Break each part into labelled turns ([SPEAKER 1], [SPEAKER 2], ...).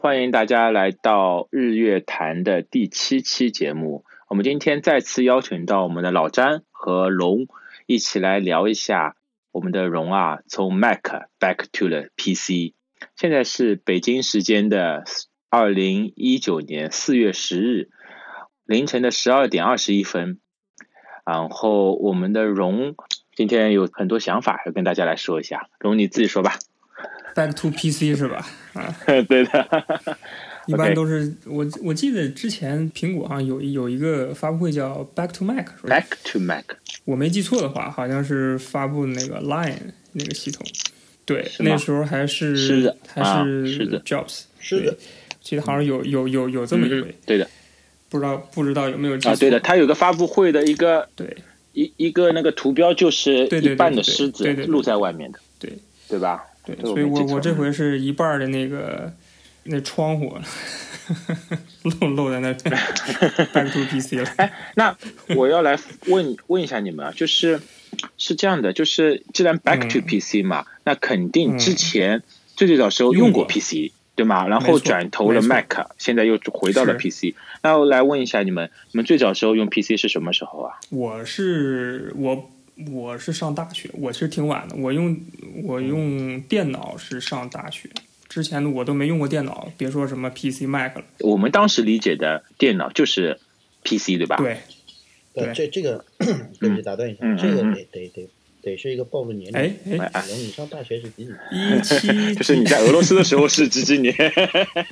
[SPEAKER 1] 欢迎大家来到日月潭的第七期节目。我们今天再次邀请到我们的老詹和龙一起来聊一下我们的龙啊，从 Mac back to the PC。现在是北京时间的二零一九年四月十日凌晨的十二点二十一分。然后我们的荣今天有很多想法要跟大家来说一下，荣你自己说 吧。
[SPEAKER 2] Back to PC 是 吧？啊，
[SPEAKER 1] 对的，
[SPEAKER 2] 一般都是我我记得之前苹果好像有有一个发布会叫 Back to Mac，是吧
[SPEAKER 1] back to Mac。
[SPEAKER 2] 我没记错的话，好像是发布那个 Line 那个系统。对，
[SPEAKER 1] 是吗
[SPEAKER 2] 那时候还是
[SPEAKER 1] 是的
[SPEAKER 2] 还
[SPEAKER 1] 啊是
[SPEAKER 2] 是
[SPEAKER 1] 的
[SPEAKER 2] Jobs，
[SPEAKER 3] 是的
[SPEAKER 2] 对，记得好像有有有有这么一回，
[SPEAKER 1] 嗯，对的
[SPEAKER 2] 不知道不知道有没有记错？
[SPEAKER 1] 啊，对的，它有个发布会的一个
[SPEAKER 2] 对
[SPEAKER 1] 一一个那个图标，就是
[SPEAKER 2] 对对对
[SPEAKER 1] 一半的
[SPEAKER 2] 对对
[SPEAKER 1] 狮子
[SPEAKER 2] 对对对
[SPEAKER 1] 露在外面的，
[SPEAKER 2] 对
[SPEAKER 1] 对吧？
[SPEAKER 2] 对，
[SPEAKER 1] 对
[SPEAKER 2] 所以
[SPEAKER 1] 我没
[SPEAKER 2] 我
[SPEAKER 1] 记错啊
[SPEAKER 2] 我这回是一半儿的那个那窗户 露 露在那 Back to PC 了。
[SPEAKER 1] 那我要来问 问一下你们啊，就是是这样的，就是既然 back to
[SPEAKER 2] 嗯
[SPEAKER 1] PC 嘛，那肯定
[SPEAKER 2] 嗯
[SPEAKER 1] 之前最最早时候
[SPEAKER 2] 用
[SPEAKER 1] 用过
[SPEAKER 2] 过
[SPEAKER 1] PC 对吗？然
[SPEAKER 2] 没
[SPEAKER 1] 后
[SPEAKER 2] 错
[SPEAKER 1] 转投了
[SPEAKER 2] 没错
[SPEAKER 1] Mac，现在又回到了
[SPEAKER 2] 是
[SPEAKER 1] PC。那我来问一下你们，你们最早时候用 PC 是什么时候啊？
[SPEAKER 2] 我是我我是上大学，我其实挺晚的。我用我用电脑是上大学，之前的我都没用过电脑，别说什么 PC Mac 了。
[SPEAKER 1] 我们当时理解的电脑就是 PC 对吧？
[SPEAKER 2] 对，
[SPEAKER 3] 呃，这这个对不起打断一下，
[SPEAKER 1] 嗯嗯
[SPEAKER 3] 这个
[SPEAKER 1] 嗯
[SPEAKER 3] 得得得得是一个暴露年
[SPEAKER 2] 哎
[SPEAKER 3] 龄。
[SPEAKER 2] 哎，
[SPEAKER 1] 哎，
[SPEAKER 3] 你上大学是几几年？
[SPEAKER 2] 一七
[SPEAKER 1] 就是你在俄罗斯的时候是 几几年？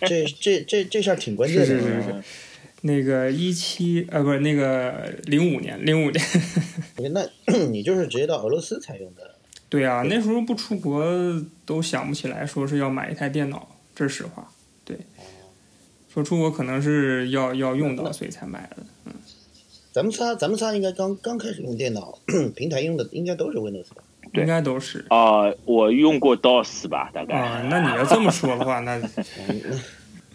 [SPEAKER 3] 这这这这事儿挺关键的。
[SPEAKER 2] 是是
[SPEAKER 1] 嗯
[SPEAKER 2] 是那个一七呃不是那个零五年零五年，
[SPEAKER 3] OK，那你就是直接到俄罗斯才用的。
[SPEAKER 2] 对啊，那时候不出国都想不起来说是要买一台电脑，这是实话。对，
[SPEAKER 1] 哦
[SPEAKER 2] 说出国可能是要要用到，所以才买的。
[SPEAKER 3] 咱们仨，咱们仨应该刚刚开始用电脑，平台用的应该都是 Windows 吧？
[SPEAKER 1] 对
[SPEAKER 2] 应该都是
[SPEAKER 1] 啊，我用过 DOS 吧，大概。
[SPEAKER 2] 啊、那你要这么说的话，那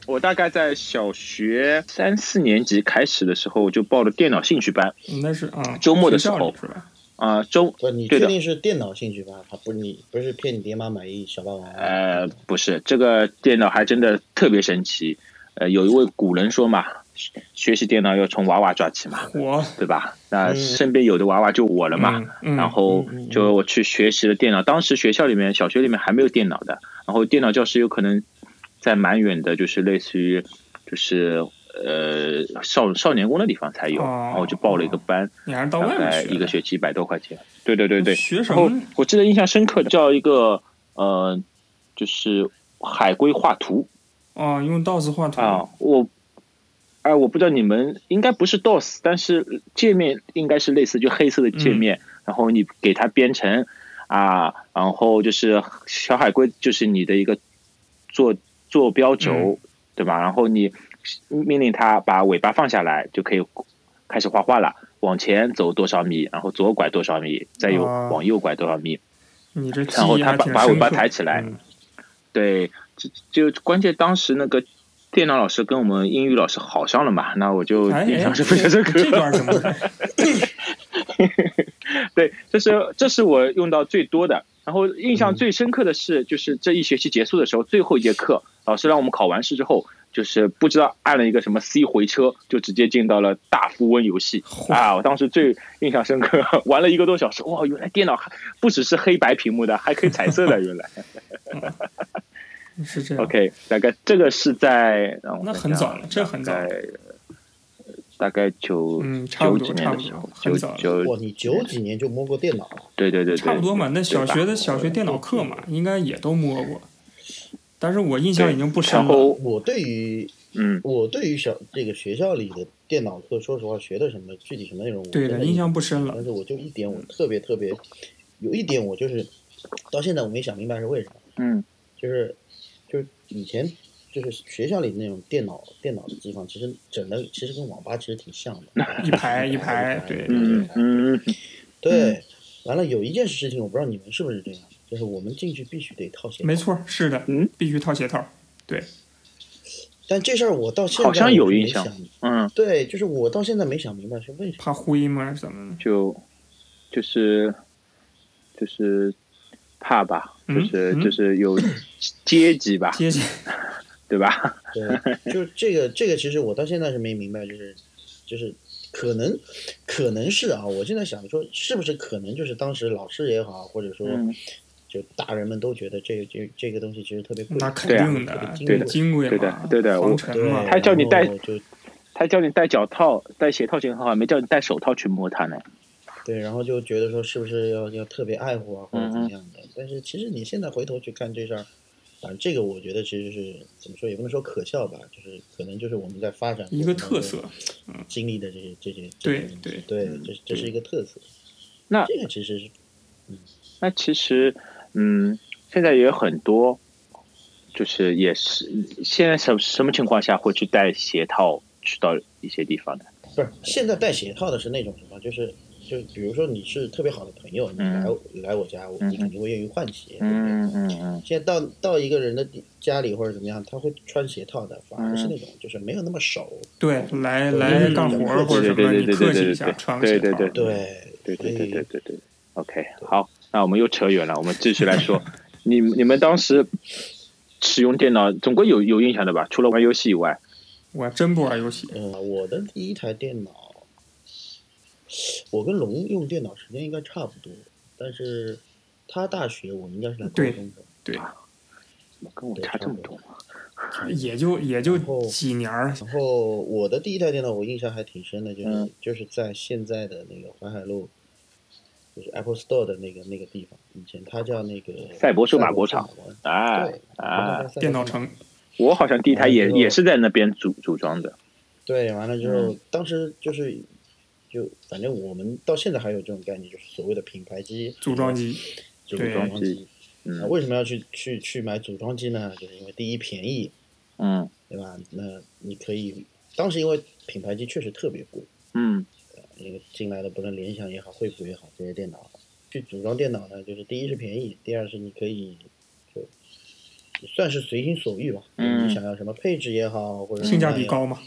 [SPEAKER 1] 我大概在小学三四年级开始的时候，就报了电脑兴趣班
[SPEAKER 2] 那是啊，
[SPEAKER 1] 周末的
[SPEAKER 2] 学校
[SPEAKER 1] 时候
[SPEAKER 2] 里是吧？
[SPEAKER 1] 啊、周
[SPEAKER 3] 不，你
[SPEAKER 1] 对
[SPEAKER 3] 确
[SPEAKER 1] 的
[SPEAKER 3] 定是电脑兴趣班？他不是你不是骗你爹妈买一小霸王？啊
[SPEAKER 2] 哎
[SPEAKER 1] 呃不是这个电脑还真的特别神奇，呃有一位古人说嘛，学学习电脑要从娃娃抓起嘛，
[SPEAKER 2] 我
[SPEAKER 1] 对吧？那
[SPEAKER 3] 嗯
[SPEAKER 1] 身边有的娃娃就我了嘛，
[SPEAKER 2] 嗯嗯
[SPEAKER 1] 然后就我去学习了电脑。当时学校里面、小学里面还没有电脑的，然后电脑教室有可能在蛮远的，就是类似于就是呃少少年宫的地方才有，
[SPEAKER 2] 哦
[SPEAKER 1] 然后就报了一个班，
[SPEAKER 2] 你还是到
[SPEAKER 1] 大
[SPEAKER 2] 外面
[SPEAKER 1] 概
[SPEAKER 2] 学的
[SPEAKER 1] 一个学期一百多块钱。对对对对，
[SPEAKER 2] 学什
[SPEAKER 1] 然
[SPEAKER 2] 么
[SPEAKER 1] 后
[SPEAKER 2] 呢？
[SPEAKER 1] 我记得印象深刻的叫一个呃，就是海龟画图
[SPEAKER 2] 哦，用 DOS 画图
[SPEAKER 1] 啊，我。哎，我不知道你们应该不是 DOS，但是界面应该是类似，就黑色的
[SPEAKER 2] 嗯
[SPEAKER 1] 界面，然后你给它编程啊，然后就是小海龟就是你的一个坐坐标轴，
[SPEAKER 2] 嗯
[SPEAKER 1] 对吧？然后你命令它把尾巴放下来，就可以开始画画了。往前走多少米，然后左拐多少米，再有
[SPEAKER 2] 啊
[SPEAKER 1] 往右拐多少米，
[SPEAKER 2] 你这记
[SPEAKER 1] 然后
[SPEAKER 2] 忆
[SPEAKER 1] 他
[SPEAKER 2] 还
[SPEAKER 1] 把
[SPEAKER 2] 挺
[SPEAKER 1] 把
[SPEAKER 2] 深
[SPEAKER 1] 尾巴
[SPEAKER 2] 刻
[SPEAKER 1] 抬起来
[SPEAKER 2] 嗯
[SPEAKER 1] 对，就就关键当时那个电脑老师跟我们英语老师好上了嘛，那我就
[SPEAKER 2] 哎
[SPEAKER 1] 印
[SPEAKER 2] 哎，
[SPEAKER 1] 象是非常深刻。
[SPEAKER 2] 这段怎么回事？
[SPEAKER 1] 对，这是这是我用到最多的。然后印
[SPEAKER 2] 嗯
[SPEAKER 1] 象最深刻的是，就是这一学期结束的时候，最后一节课，老师让我们考完试之后，就是不知道按了一个什么 C 回车，就直接进到了大富翁游戏
[SPEAKER 2] 嚯
[SPEAKER 1] 啊！我当时最印象深刻，玩了一个多小时，哇，原来电脑还不只是黑白屏幕的，还可以彩色 的，原来。
[SPEAKER 2] 是这样
[SPEAKER 1] OK，大概这个是在让我
[SPEAKER 2] 那
[SPEAKER 1] 想
[SPEAKER 2] 很
[SPEAKER 1] 想
[SPEAKER 2] 早了，这很早
[SPEAKER 1] 大，概大概九
[SPEAKER 2] 嗯差
[SPEAKER 1] 九
[SPEAKER 2] 不
[SPEAKER 1] 几
[SPEAKER 2] 多
[SPEAKER 1] 年
[SPEAKER 2] 差
[SPEAKER 1] 的
[SPEAKER 2] 不
[SPEAKER 1] 时候
[SPEAKER 2] 多，
[SPEAKER 1] 九
[SPEAKER 2] 很早了
[SPEAKER 3] 哇，
[SPEAKER 1] 九
[SPEAKER 3] 你九几年就摸过电脑了？
[SPEAKER 1] 对对对对，
[SPEAKER 2] 差不多嘛。那小学
[SPEAKER 1] 对
[SPEAKER 2] 的
[SPEAKER 1] 吧
[SPEAKER 2] 小学电脑课嘛，应该也都摸过，但是我印象已经不深
[SPEAKER 1] 然
[SPEAKER 2] 了。
[SPEAKER 1] 后
[SPEAKER 3] 我对于
[SPEAKER 1] 嗯，
[SPEAKER 3] 我对于小这个学校里的电脑课，说实话，学的什么具体什么内容，我
[SPEAKER 2] 对
[SPEAKER 3] 真
[SPEAKER 2] 的，
[SPEAKER 3] 的
[SPEAKER 2] 印象不深了
[SPEAKER 3] 但。是我就一点，我特别特别，有一点我就是到现在我没想明白是为什么，
[SPEAKER 1] 嗯
[SPEAKER 3] 就是就是以前就是学校里那种电脑电脑的地方，其实整的其实跟网吧其实挺像的，
[SPEAKER 2] 一排一排对
[SPEAKER 1] 嗯嗯
[SPEAKER 3] 对。完了有一件事情，我不知道你们是不是这样，就是我们进去必须得套鞋，
[SPEAKER 2] 没。错，是的，
[SPEAKER 1] 嗯
[SPEAKER 2] 必须套鞋套。
[SPEAKER 3] 但这事儿我到现在
[SPEAKER 1] 好像有
[SPEAKER 3] 我就没
[SPEAKER 1] 印象
[SPEAKER 3] 想，
[SPEAKER 1] 嗯，
[SPEAKER 3] 对，就是我到现在没想明白是为什么。
[SPEAKER 2] 怕灰吗？怎么的？
[SPEAKER 1] 就就是就是怕吧，就
[SPEAKER 2] 嗯
[SPEAKER 1] 是
[SPEAKER 2] 嗯
[SPEAKER 1] 就是有阶级吧，
[SPEAKER 2] 阶级
[SPEAKER 1] 对吧？
[SPEAKER 3] 对，啊就这个这个，其实我到现在是没明白，就是就是可能可能是啊，我现在想说，是不是可能就是当时老师也好，或者说
[SPEAKER 1] 嗯，
[SPEAKER 3] 就大人们都觉得这这这个东西其实特别贵，
[SPEAKER 2] 那肯
[SPEAKER 1] 对啊
[SPEAKER 2] 定
[SPEAKER 3] 特
[SPEAKER 2] 的，
[SPEAKER 3] 别
[SPEAKER 1] 对的
[SPEAKER 3] 金
[SPEAKER 2] 金贵
[SPEAKER 3] 贵
[SPEAKER 1] 对的
[SPEAKER 2] 嘛，
[SPEAKER 1] 对的我
[SPEAKER 2] 防尘
[SPEAKER 3] 对
[SPEAKER 2] 嘛，
[SPEAKER 1] 他叫你戴
[SPEAKER 3] 然后就
[SPEAKER 1] 他叫你戴脚套、戴鞋套就很好，没叫你戴手套去摸它呢。
[SPEAKER 3] 对，然后就觉得说是不是要要特别爱护啊，或者怎
[SPEAKER 1] 嗯
[SPEAKER 3] 么样的？但是其实你现在回头去看这事儿，反正这个我觉得其实是怎么说，也不能说可笑吧，就是可能就是我们在发展
[SPEAKER 2] 一
[SPEAKER 3] 过
[SPEAKER 2] 个
[SPEAKER 3] 程
[SPEAKER 2] 特
[SPEAKER 3] 当
[SPEAKER 2] 色。
[SPEAKER 3] 中经历的这些这些这
[SPEAKER 2] 对
[SPEAKER 3] 些东西
[SPEAKER 2] 对
[SPEAKER 3] 对，这这是一个特色。
[SPEAKER 1] 嗯那
[SPEAKER 3] 这个其实是
[SPEAKER 1] 那其实，嗯，现在也有很多，就是也是现在什什么情况下会去戴鞋套去到一些地方呢？
[SPEAKER 3] 不是现在戴鞋套的是那种什么？就是就比如说你是特别好的朋友，你
[SPEAKER 1] 嗯
[SPEAKER 3] 来我来我家，我
[SPEAKER 1] 嗯
[SPEAKER 3] 你肯定会愿意换鞋，对不对？
[SPEAKER 1] 嗯嗯嗯
[SPEAKER 3] 现在到到一个人的地家里或者怎么样，他会穿鞋套的，反而是
[SPEAKER 1] 嗯
[SPEAKER 3] 那种就是没有那么熟，
[SPEAKER 2] 对，来
[SPEAKER 3] 对
[SPEAKER 2] 来
[SPEAKER 3] 嗯
[SPEAKER 2] 干活儿或者什
[SPEAKER 1] 对
[SPEAKER 2] 么，
[SPEAKER 1] 对
[SPEAKER 2] 你
[SPEAKER 1] 对
[SPEAKER 2] 客
[SPEAKER 1] 对对
[SPEAKER 2] 气一
[SPEAKER 1] 对
[SPEAKER 2] 下，穿个
[SPEAKER 1] 对
[SPEAKER 2] 鞋
[SPEAKER 1] 对
[SPEAKER 2] 套。
[SPEAKER 1] 对
[SPEAKER 3] 对，
[SPEAKER 1] 嗯对对
[SPEAKER 3] 所
[SPEAKER 1] 对
[SPEAKER 3] 以
[SPEAKER 1] 对对对。OK，好，那我们又扯远了，我们继续来说，你你们当时使用电脑总归有有印象的吧？除了玩游戏以外，
[SPEAKER 2] 我真不玩游戏，
[SPEAKER 3] 嗯，我的第一台电脑，我跟龙用电脑时间应该差不多，但是他大学，我应该是来高
[SPEAKER 2] 对
[SPEAKER 3] 中的。
[SPEAKER 2] 对，
[SPEAKER 1] 怎么跟我差这么多？
[SPEAKER 2] 也就也就
[SPEAKER 3] 然后
[SPEAKER 2] 几年儿，
[SPEAKER 3] 然后我的第一台电脑，我印象还挺深的，就是、
[SPEAKER 1] 嗯
[SPEAKER 3] 就是在现在的那个淮海路，就是 Apple Store 的那个那个地方，以前它叫那个
[SPEAKER 1] 赛博数码广场
[SPEAKER 3] 赛博数码
[SPEAKER 1] 啊
[SPEAKER 3] 广场，对，
[SPEAKER 1] 啊
[SPEAKER 3] 它叫赛博
[SPEAKER 2] 电脑
[SPEAKER 3] 数码
[SPEAKER 2] 城
[SPEAKER 1] 我好像第一台也
[SPEAKER 3] 然后
[SPEAKER 1] 也是在那边组组装的。
[SPEAKER 3] 对，完了之
[SPEAKER 1] 嗯
[SPEAKER 3] 后，当时就是就反正我们到现在还有这种概念，就是所谓的品牌机、
[SPEAKER 2] 组装、机，
[SPEAKER 3] 组
[SPEAKER 2] 对
[SPEAKER 3] 装机。那
[SPEAKER 1] 嗯
[SPEAKER 3] 为什么要去去去买组装机呢？就是因为第一便宜，
[SPEAKER 1] 嗯
[SPEAKER 3] 对吧？那你可以当时因为品牌机确实特别贵，
[SPEAKER 1] 嗯
[SPEAKER 3] 那个进来的不论联想也好、惠普也好这些电脑，啊去组装电脑呢，就是第一是便宜，第二是你可以就算是随心所欲吧，
[SPEAKER 1] 嗯
[SPEAKER 3] 你想要什么配置也好，或者
[SPEAKER 2] 性价
[SPEAKER 3] 什么
[SPEAKER 2] 比
[SPEAKER 3] 也好
[SPEAKER 2] 高嘛。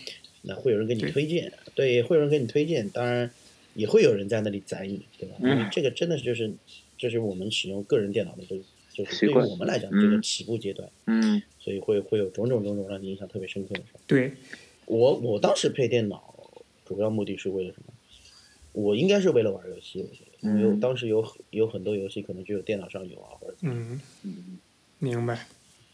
[SPEAKER 3] 那会有人给你
[SPEAKER 2] 对
[SPEAKER 3] 推荐，对，会有人给你推荐，当然也会有人在那里宰你，对吧？
[SPEAKER 1] 嗯
[SPEAKER 3] 因为这个真的是就是就是我们使用个人电脑的这个，就是
[SPEAKER 1] 习
[SPEAKER 3] 对于
[SPEAKER 1] 惯
[SPEAKER 3] 我们来讲
[SPEAKER 1] 嗯
[SPEAKER 3] 这个起步阶段，
[SPEAKER 1] 嗯
[SPEAKER 3] 所以会会有种种种种让你印象特别深刻的事儿。
[SPEAKER 2] 对，
[SPEAKER 3] 我我当时配电脑主要目的是为了什么？我应该是为了玩游戏，我觉得，因为我
[SPEAKER 1] 嗯
[SPEAKER 3] 当时有很有很多游戏可能只有电脑上有啊，或者
[SPEAKER 2] 嗯，
[SPEAKER 1] 嗯
[SPEAKER 2] 明白。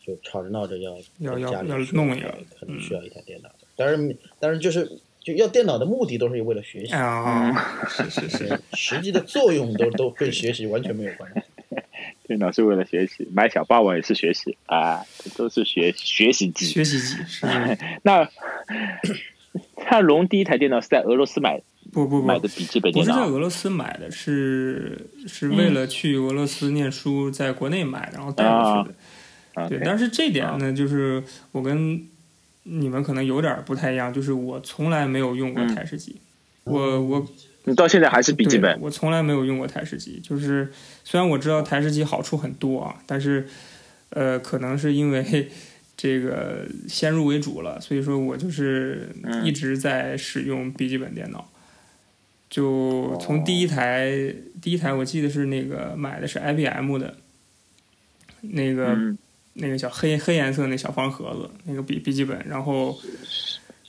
[SPEAKER 3] 就吵着闹着要
[SPEAKER 2] 要
[SPEAKER 3] 在
[SPEAKER 2] 要
[SPEAKER 3] 家里
[SPEAKER 2] 要
[SPEAKER 3] 需
[SPEAKER 2] 弄一
[SPEAKER 3] 台
[SPEAKER 2] 个
[SPEAKER 3] 可能
[SPEAKER 2] 嗯
[SPEAKER 3] 需要一台电脑的。当然当然就是就要电脑的目的都是为了 学习。
[SPEAKER 1] 嗯
[SPEAKER 2] 啊，是是是，
[SPEAKER 3] 实际的作用都都跟学习完全没有关系。
[SPEAKER 1] 电脑是为了学习，买小霸王也是学习啊，这都是学学习机。
[SPEAKER 2] 学习机是
[SPEAKER 1] 哎那那龙第一台电脑是在俄罗斯买
[SPEAKER 2] 不不
[SPEAKER 1] 买的
[SPEAKER 2] 不。
[SPEAKER 1] 笔记本
[SPEAKER 2] 不
[SPEAKER 1] 电
[SPEAKER 2] 是在
[SPEAKER 1] 脑，嗯
[SPEAKER 2] 俄罗斯买的，是是为了去俄罗斯念书，在国内买，然后带过去
[SPEAKER 1] 啊
[SPEAKER 2] 的。对，
[SPEAKER 1] 对
[SPEAKER 2] 但是这点呢，就是我跟你们可能有点不太一样，就是我从来没有用过
[SPEAKER 1] 嗯
[SPEAKER 2] 台式机，我我
[SPEAKER 1] 你到现在还是笔记
[SPEAKER 2] 对
[SPEAKER 1] 本，
[SPEAKER 2] 我从来没有用过台式机。就是虽然我知道台式机好处很多啊，但是呃，可能是因为 这个先入为主了，所以说我就是
[SPEAKER 1] 嗯
[SPEAKER 2] 一直在使用笔记本电脑。就从
[SPEAKER 1] 哦
[SPEAKER 2] 第一台，第一台我记得是那个买的是 IBM 的，那个、
[SPEAKER 1] 嗯，
[SPEAKER 2] 那个小黑黑颜色那小方盒子那个笔笔记本，然后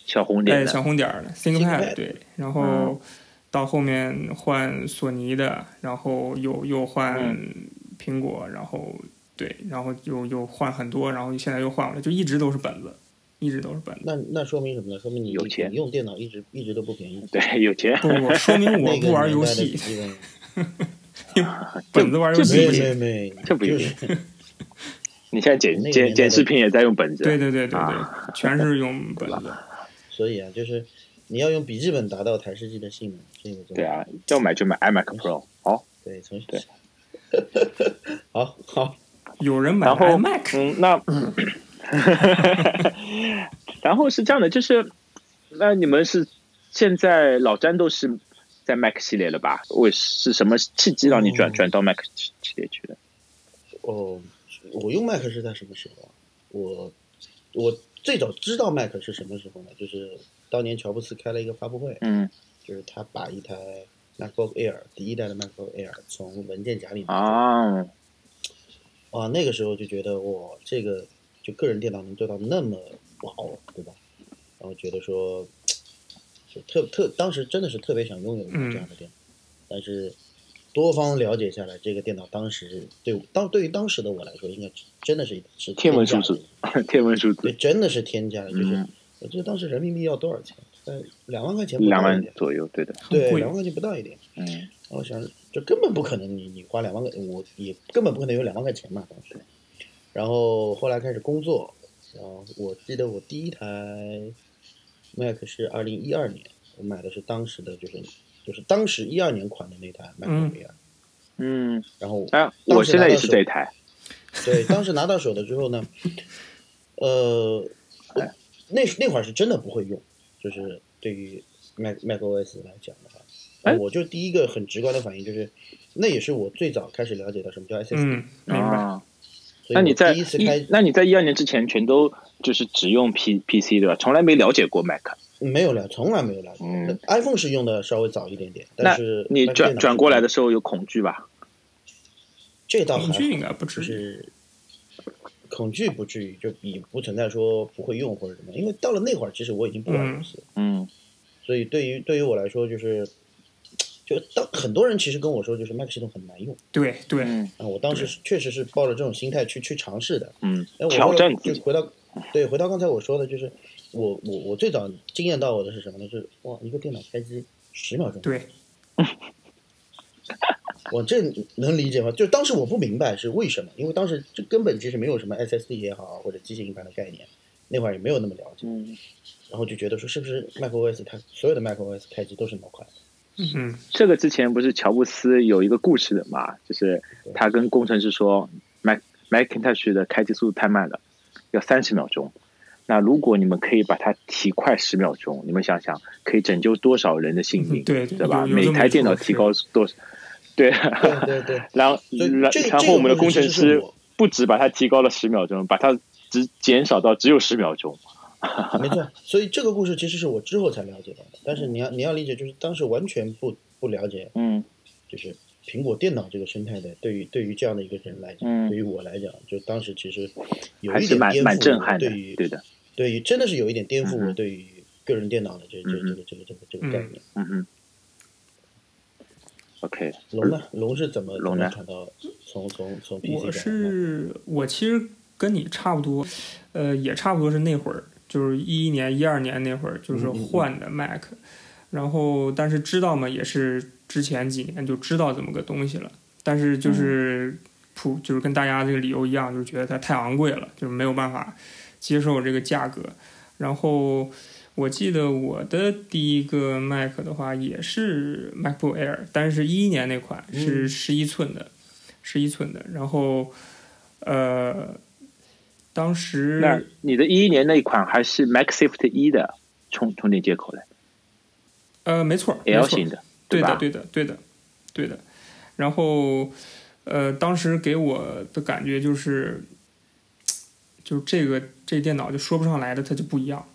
[SPEAKER 1] 小红
[SPEAKER 2] 带
[SPEAKER 1] 点
[SPEAKER 2] 哎小
[SPEAKER 1] 的，
[SPEAKER 2] 红点儿的 ThinkPad
[SPEAKER 3] ThinkPad
[SPEAKER 2] 对，然后到后面换索尼的，然后又又换苹果，然后对，然后又又换很多，然后现在又换回来，就一直都是本子，一直都是本子。
[SPEAKER 3] 那那说明什么呢？说明你
[SPEAKER 1] 有钱
[SPEAKER 3] 你用电脑一直一直都不便宜。
[SPEAKER 1] 对，有钱
[SPEAKER 2] 不，我说明我
[SPEAKER 3] 那
[SPEAKER 2] 不
[SPEAKER 3] 个
[SPEAKER 2] 玩
[SPEAKER 3] 年
[SPEAKER 2] 游
[SPEAKER 3] 代的
[SPEAKER 2] 戏，
[SPEAKER 3] 基 本
[SPEAKER 2] 本子玩游
[SPEAKER 1] 这
[SPEAKER 3] 没
[SPEAKER 2] 戏
[SPEAKER 1] 不一定
[SPEAKER 3] 有没有没有，
[SPEAKER 1] 这不一
[SPEAKER 3] 就
[SPEAKER 1] 定
[SPEAKER 3] 是。
[SPEAKER 1] 你现在剪
[SPEAKER 3] 那个
[SPEAKER 1] 剪
[SPEAKER 3] 年代
[SPEAKER 1] 剪
[SPEAKER 3] 的
[SPEAKER 1] 视频也在用本子，
[SPEAKER 2] 对对对对对
[SPEAKER 1] 啊，
[SPEAKER 2] 全是用本子。
[SPEAKER 3] 所以啊，就是你要用笔记本达到台式机的性能，这个就
[SPEAKER 1] 对啊，要买就买 iMac Pro，好，
[SPEAKER 3] 对，从
[SPEAKER 1] 对
[SPEAKER 3] 好好，
[SPEAKER 2] 有人买
[SPEAKER 1] 然后
[SPEAKER 2] iMac，
[SPEAKER 1] 嗯，那， 然后是这样的，就是，那你们是现在老詹都是在 Mac 系列了吧？为是什么契机让你转、
[SPEAKER 3] 嗯
[SPEAKER 1] 转到 Mac 系列去的？
[SPEAKER 3] 哦，我用 Mac 是在什么时候啊？我我最早知道 Mac 是什么时候呢？就是当年乔布斯开了一个发布会，
[SPEAKER 1] 嗯
[SPEAKER 3] 就是他把一台 MacBook Air 第一代的 MacBook Air 从文件夹里拿出来
[SPEAKER 1] 啊，
[SPEAKER 3] 啊哇，那个时候就觉得我这个就个人电脑能做到那么不好了，对吧？然后觉得说，就特特当时真的是特别想拥有一
[SPEAKER 2] 嗯
[SPEAKER 3] 个这样的电脑，但是多方了解下来，这个电脑当时对我当对于当时的我来说，应该真的是是
[SPEAKER 1] 天文
[SPEAKER 3] 价
[SPEAKER 1] 数字
[SPEAKER 3] 的，
[SPEAKER 1] 天文数
[SPEAKER 3] 对，
[SPEAKER 1] 字，
[SPEAKER 3] 真的是天价的，就是、
[SPEAKER 1] 嗯
[SPEAKER 3] 我记得当时人民币要多少钱？呃，两万块钱不到
[SPEAKER 1] 两
[SPEAKER 3] 一
[SPEAKER 1] 万
[SPEAKER 3] 点
[SPEAKER 1] 左右，对的，
[SPEAKER 2] 很
[SPEAKER 3] 对，
[SPEAKER 2] 贵
[SPEAKER 3] 两万块钱不到一点。
[SPEAKER 1] 嗯
[SPEAKER 3] 我想这根本不可能你，你花两万块，我也根本不可能有两万块钱嘛，当时。然后后来开始工作，然后我记得我第一台 Mac 是二零一二年，我买的是当时的就是就是当时一二年款的那台 Mac
[SPEAKER 2] 嗯
[SPEAKER 3] Air，、
[SPEAKER 1] 嗯，
[SPEAKER 3] 然后
[SPEAKER 1] 哎、我现在也是这一台，
[SPEAKER 3] 对当时拿到手了之后呢，呃，我那那会儿是真的不会用，就是对于 Mac Mac OS 来讲的话，
[SPEAKER 1] 哎
[SPEAKER 3] 我就第一个很直观的反应就是，那也是我最早开始了解到什么叫 SSD，、
[SPEAKER 2] 嗯，明白。
[SPEAKER 1] 啊，
[SPEAKER 3] 所以
[SPEAKER 1] 那
[SPEAKER 3] 我
[SPEAKER 1] 你在
[SPEAKER 3] 第一次开
[SPEAKER 1] 那你在一二年之前全都就是只用 P P C 对吧？从来没了解过 Mac，
[SPEAKER 3] 没有了，从来没有了解。
[SPEAKER 1] 嗯
[SPEAKER 3] iPhone 是用的稍微早一点点，
[SPEAKER 1] 那
[SPEAKER 3] 但是
[SPEAKER 1] 你
[SPEAKER 3] 但是电
[SPEAKER 1] 转
[SPEAKER 3] 脑
[SPEAKER 1] 转过来的时候有恐惧吧？
[SPEAKER 3] 这倒还
[SPEAKER 2] 恐
[SPEAKER 3] 好，
[SPEAKER 2] 惧应该不至
[SPEAKER 3] 就
[SPEAKER 2] 于。
[SPEAKER 3] 是恐惧不至于，就也不存在说不会用或者怎么样，因为到了那会儿，其实我已经不玩游戏了，
[SPEAKER 1] 嗯
[SPEAKER 3] 所以对于对于我来说就是。就当很多人其实跟我说，就是 Mac 系统很难用
[SPEAKER 2] 对对，
[SPEAKER 1] 嗯
[SPEAKER 3] 啊，我当时是确实是抱着这种心态去去尝试的，
[SPEAKER 1] 嗯
[SPEAKER 3] 哎，我，
[SPEAKER 1] 挑
[SPEAKER 3] 后来
[SPEAKER 1] 战
[SPEAKER 3] 就
[SPEAKER 1] 自己，
[SPEAKER 3] 回到对回到刚才我说的，就是我我我最早惊艳到我的是什么呢？就是哇，一个电脑开机十秒钟，
[SPEAKER 2] 对，
[SPEAKER 3] 我这能理解吗？就是当时我不明白是为什么，因为当时这根本其实没有什么 SSD 也好或者机械硬盘的概念，那会儿也没有那么了解，
[SPEAKER 1] 嗯，
[SPEAKER 3] 然后就觉得说是不是 macOS 它所有的 macOS 开机都是那么 快？
[SPEAKER 2] 嗯，
[SPEAKER 1] 这个之前不是乔布斯有一个故事的嘛，就是他跟工程师说，Mac Macintosh 的开机速度太慢了，要三十秒钟。那如果你们可以把它提快十秒钟，你们想想可以拯救多少人的性命，
[SPEAKER 2] 嗯对
[SPEAKER 1] 对吧？
[SPEAKER 2] 有有这
[SPEAKER 1] 每
[SPEAKER 2] 么
[SPEAKER 1] 台电脑
[SPEAKER 2] 一说
[SPEAKER 1] 提高多少？对，
[SPEAKER 3] 对对对，
[SPEAKER 1] 然后
[SPEAKER 3] 所以
[SPEAKER 1] 然
[SPEAKER 3] 这个
[SPEAKER 1] 然后
[SPEAKER 3] 这个
[SPEAKER 1] 我们的
[SPEAKER 3] 故
[SPEAKER 1] 工
[SPEAKER 3] 事
[SPEAKER 1] 程
[SPEAKER 3] 其实是
[SPEAKER 1] 师
[SPEAKER 3] 我
[SPEAKER 1] 不止把它提高了十秒钟，把它只减少到只有十秒钟。
[SPEAKER 3] 没错，所以这个故事其实是我之后才了解到的，但是你要你要理解，就是当时完全不不了解
[SPEAKER 1] 嗯
[SPEAKER 3] 就是苹果电脑这个生态的，对于对于这样的一个人来讲，
[SPEAKER 1] 嗯
[SPEAKER 3] 对于我来讲，就当时其实有
[SPEAKER 1] 还
[SPEAKER 3] 一
[SPEAKER 1] 是
[SPEAKER 3] 点
[SPEAKER 1] 蛮
[SPEAKER 3] 颠
[SPEAKER 1] 蛮
[SPEAKER 3] 覆
[SPEAKER 1] 震
[SPEAKER 3] 我
[SPEAKER 1] 撼的
[SPEAKER 3] 对于，
[SPEAKER 1] 对的，
[SPEAKER 3] 对于真的是有一点颠覆
[SPEAKER 1] 嗯
[SPEAKER 3] 我
[SPEAKER 1] 哼
[SPEAKER 3] 对于个人电脑的这这
[SPEAKER 1] 嗯
[SPEAKER 3] 这
[SPEAKER 1] 哼
[SPEAKER 3] 个这个这个这个概念。
[SPEAKER 1] 嗯哼。OK，
[SPEAKER 3] 龙呢？龙是怎么
[SPEAKER 1] 龙
[SPEAKER 3] 怎么
[SPEAKER 1] 呢
[SPEAKER 3] 传到从从从 PC
[SPEAKER 2] 我
[SPEAKER 3] 的？
[SPEAKER 2] 是我其实跟你差不多，呃，也差不多是那会儿，就是一一年、一二年那会儿，就是
[SPEAKER 3] 嗯嗯嗯
[SPEAKER 2] 换的 Mac，然后但是知道嘛，也是之前几年就知道这么个东西了，但是
[SPEAKER 1] 嗯
[SPEAKER 2] 就是普就是跟大家这个理由一样，就是觉得它太昂贵了，就是没有办法接受这个价格，然后。我记得我的第一个 Mac 的话也是 MacBook Air，但是一一年那款
[SPEAKER 1] 嗯
[SPEAKER 2] 是十一寸的，十一寸的。然后，呃，当
[SPEAKER 1] 那
[SPEAKER 2] 时
[SPEAKER 1] 你的一一年那一款还是 MaxSafe 一的充充电接口嘞
[SPEAKER 2] 呃，没错儿没
[SPEAKER 1] ，L
[SPEAKER 2] 错儿
[SPEAKER 1] 型的，
[SPEAKER 2] 对的，
[SPEAKER 1] 吧？
[SPEAKER 2] 对的，对的，对的。然后，呃，当时给我的感觉就是，就是这个这电脑就说不上来的，它就不一样，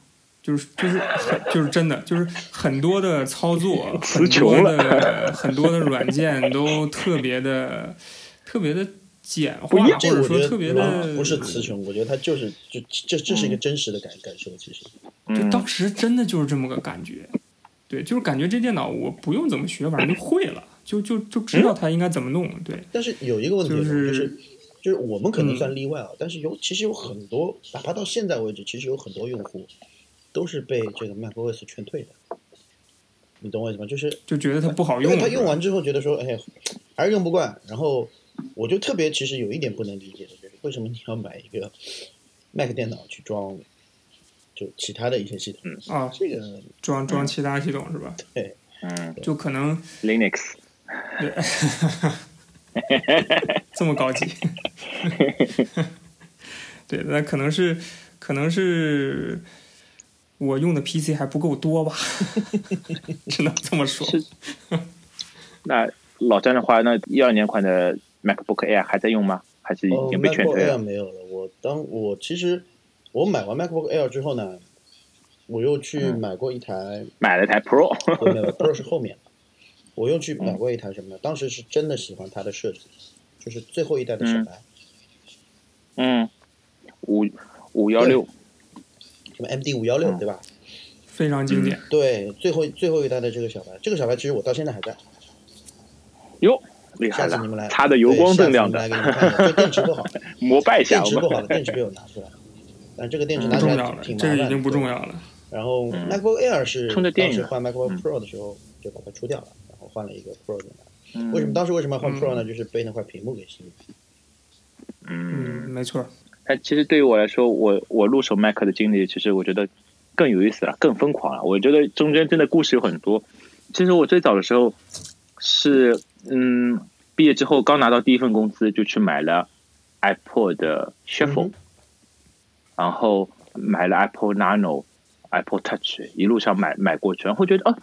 [SPEAKER 2] 就是就是很就是真的就是很多的操作，
[SPEAKER 1] 词
[SPEAKER 2] 很
[SPEAKER 1] 穷
[SPEAKER 2] 多
[SPEAKER 1] 了
[SPEAKER 2] 的 很多的软件都特别的特别的简化，
[SPEAKER 1] 一
[SPEAKER 2] 或
[SPEAKER 1] 样
[SPEAKER 3] 这个
[SPEAKER 2] 者
[SPEAKER 3] 我觉
[SPEAKER 2] 说
[SPEAKER 3] 得
[SPEAKER 2] 特别
[SPEAKER 3] 啊
[SPEAKER 2] 的
[SPEAKER 3] 不是词穷，我觉得它就是就这这是一个真实的感感受，其实
[SPEAKER 2] 就
[SPEAKER 1] 嗯，
[SPEAKER 2] 当时真的就是这么个感觉，对，就是感觉这电脑我不用怎么学，反正就会了，就就就知道它应该怎么弄，对。
[SPEAKER 3] 但是有一个问题，
[SPEAKER 2] 就
[SPEAKER 3] 就是是就是我们可能
[SPEAKER 2] 嗯
[SPEAKER 3] 算例外啊，但是有其实有很多，哪怕到现在为止，其实有很多用户都是被这个 macOS 劝退的。你懂我意思吗？就是
[SPEAKER 2] 就觉得它不好
[SPEAKER 3] 因
[SPEAKER 2] 用
[SPEAKER 3] 为
[SPEAKER 2] 了。
[SPEAKER 3] 他用完之后觉得说，哎，还是用不惯。然后我就特别其实有一点不能理解的就是，为什么你要买一个 Mac 电脑去装就其他的一些系统？
[SPEAKER 2] 啊，
[SPEAKER 3] 这个
[SPEAKER 2] 装装其他系统是吧？
[SPEAKER 1] 嗯
[SPEAKER 2] 就可能
[SPEAKER 1] ，Linux，
[SPEAKER 2] 这么高级。 对，那可能是可能是我用的 PC 还不够多吧， 只能这么说。
[SPEAKER 1] 是那老詹的话，那一二年款的 MacBook Air 还在用吗？还是已
[SPEAKER 3] 哦
[SPEAKER 1] 经被劝退
[SPEAKER 3] MacBook
[SPEAKER 1] 了
[SPEAKER 3] Air？没有了。我当我其实我买完 MacBook Air 之后呢，我又去
[SPEAKER 1] 嗯
[SPEAKER 3] 买过一台，
[SPEAKER 1] 买了台 Pro，
[SPEAKER 3] 对没有 Pro 是后面的，我又去
[SPEAKER 1] 嗯
[SPEAKER 3] 买过一台什么呢？当时是真的喜欢它的设计，就是最后一代的小
[SPEAKER 1] 嗯
[SPEAKER 3] 白。
[SPEAKER 1] 嗯，五五幺六，
[SPEAKER 3] 什么 MD 五幺六
[SPEAKER 1] 嗯
[SPEAKER 3] 对吧？
[SPEAKER 2] 非常经
[SPEAKER 3] 嗯
[SPEAKER 2] 典。
[SPEAKER 3] 对，最后最后一代的这个小白，这个小白其实我到现在还在，
[SPEAKER 1] 哟，厉害
[SPEAKER 3] 下次你们
[SPEAKER 1] 了，
[SPEAKER 3] 来，
[SPEAKER 1] 擦的油光锃亮
[SPEAKER 3] 对
[SPEAKER 1] 的，
[SPEAKER 3] 下次你们来给你们看一下，这电池不 好，
[SPEAKER 1] 膜拜一下
[SPEAKER 3] 电
[SPEAKER 1] 我
[SPEAKER 3] 池不好
[SPEAKER 1] 们
[SPEAKER 3] 了，。电池被我拿出来了，但这个电池
[SPEAKER 2] 不
[SPEAKER 3] 拿起
[SPEAKER 2] 重
[SPEAKER 3] 来
[SPEAKER 2] 要了，
[SPEAKER 3] 挺
[SPEAKER 2] 嗯
[SPEAKER 3] 麻
[SPEAKER 2] 这
[SPEAKER 3] 烦的，
[SPEAKER 2] 已经不重要了。
[SPEAKER 3] 然后
[SPEAKER 1] 嗯
[SPEAKER 3] MacBook Air 是
[SPEAKER 1] 冲着电
[SPEAKER 3] 当
[SPEAKER 1] 影
[SPEAKER 3] 时
[SPEAKER 1] 来
[SPEAKER 3] 换
[SPEAKER 1] 嗯
[SPEAKER 3] MacBook Pro 的时候就把它出掉了，然后换了一个 Pro 进来。
[SPEAKER 1] 嗯
[SPEAKER 3] 为什么当时为什么要换
[SPEAKER 2] 嗯
[SPEAKER 3] Pro 呢？就是被那块屏幕给吸引。
[SPEAKER 1] 嗯
[SPEAKER 2] 嗯，，没错，
[SPEAKER 1] 但其实对于我来说，我我入手麦克的经历，其实我觉得更有意思了，更疯狂了。我觉得中间真的故事有很多。其实我最早的时候是，嗯，毕业之后刚拿到第一份工资，就去买了 iPod 的 Shuffle，、
[SPEAKER 3] 嗯
[SPEAKER 1] 然后买了 Apple Nano、Apple Touch，一路上买买过去，然后觉得哦，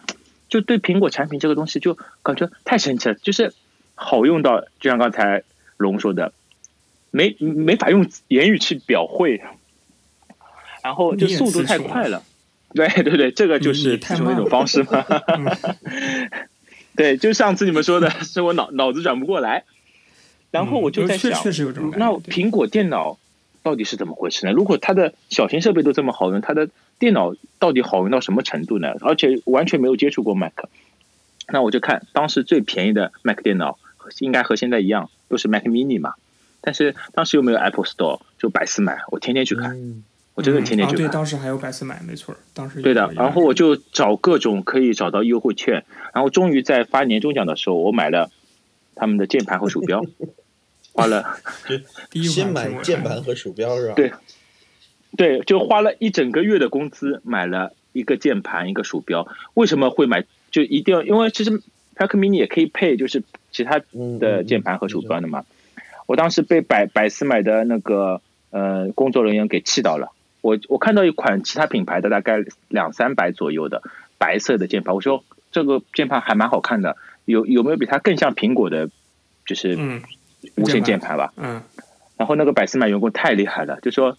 [SPEAKER 1] 就对苹果产品这个东西就感觉太神奇了，就是好用到，就像刚才龙说的，没没法用言语去表会，然后就速度太快了。 对对对，这个就是
[SPEAKER 2] 你太
[SPEAKER 1] 其中
[SPEAKER 2] 慢了
[SPEAKER 1] 一种方式嘛。
[SPEAKER 2] 嗯
[SPEAKER 1] 对，就上次你们说的是我脑脑子转不过来，然后我就在
[SPEAKER 2] 嗯确
[SPEAKER 1] 想，
[SPEAKER 2] 确实有这种感觉
[SPEAKER 1] 那
[SPEAKER 2] 对
[SPEAKER 1] 苹果电脑到底是怎么回事呢？如果它的小型设备都这么好用，它的电脑到底好用到什么程度呢？而且完全没有接触过 Mac，那我就看当时最便宜的 Mac 电脑，应该和现在一样，都是 Mac Mini 嘛。但是当时又没有 Apple Store，就百思买，我天天去看，
[SPEAKER 3] 嗯，
[SPEAKER 1] 我真的天天
[SPEAKER 2] 啊，
[SPEAKER 1] 去
[SPEAKER 2] 对，
[SPEAKER 1] 看。
[SPEAKER 2] 当时还有百思买，没错，当时有
[SPEAKER 1] 对的，
[SPEAKER 2] 有
[SPEAKER 1] 然后我就找各种可以找到优惠券，然后终于在发年终奖的时候，我买了他们的键盘和鼠标，花了
[SPEAKER 2] 第一
[SPEAKER 3] 先
[SPEAKER 2] 款苹
[SPEAKER 3] 买
[SPEAKER 2] 果
[SPEAKER 3] 键盘和鼠标是吧？
[SPEAKER 1] 对对，就花了一整个月的工资买了一个键盘一个鼠标。为什么会买？就一定要，因为其实 Pac Mini 也可以配，就是其他
[SPEAKER 3] 嗯，嗯
[SPEAKER 1] 的键盘和鼠标的嘛。我当时被百百思买的那个呃工作人员给气到了。我我看到一款其他品牌的大概两三百左右的白色的键盘，我说这个键盘还蛮好看的，有有没有比它更像苹果的，就是
[SPEAKER 2] 嗯
[SPEAKER 1] 无线键
[SPEAKER 2] 键
[SPEAKER 1] 盘吧？
[SPEAKER 2] 嗯，
[SPEAKER 1] 然后那个百思买员工太厉害了，就说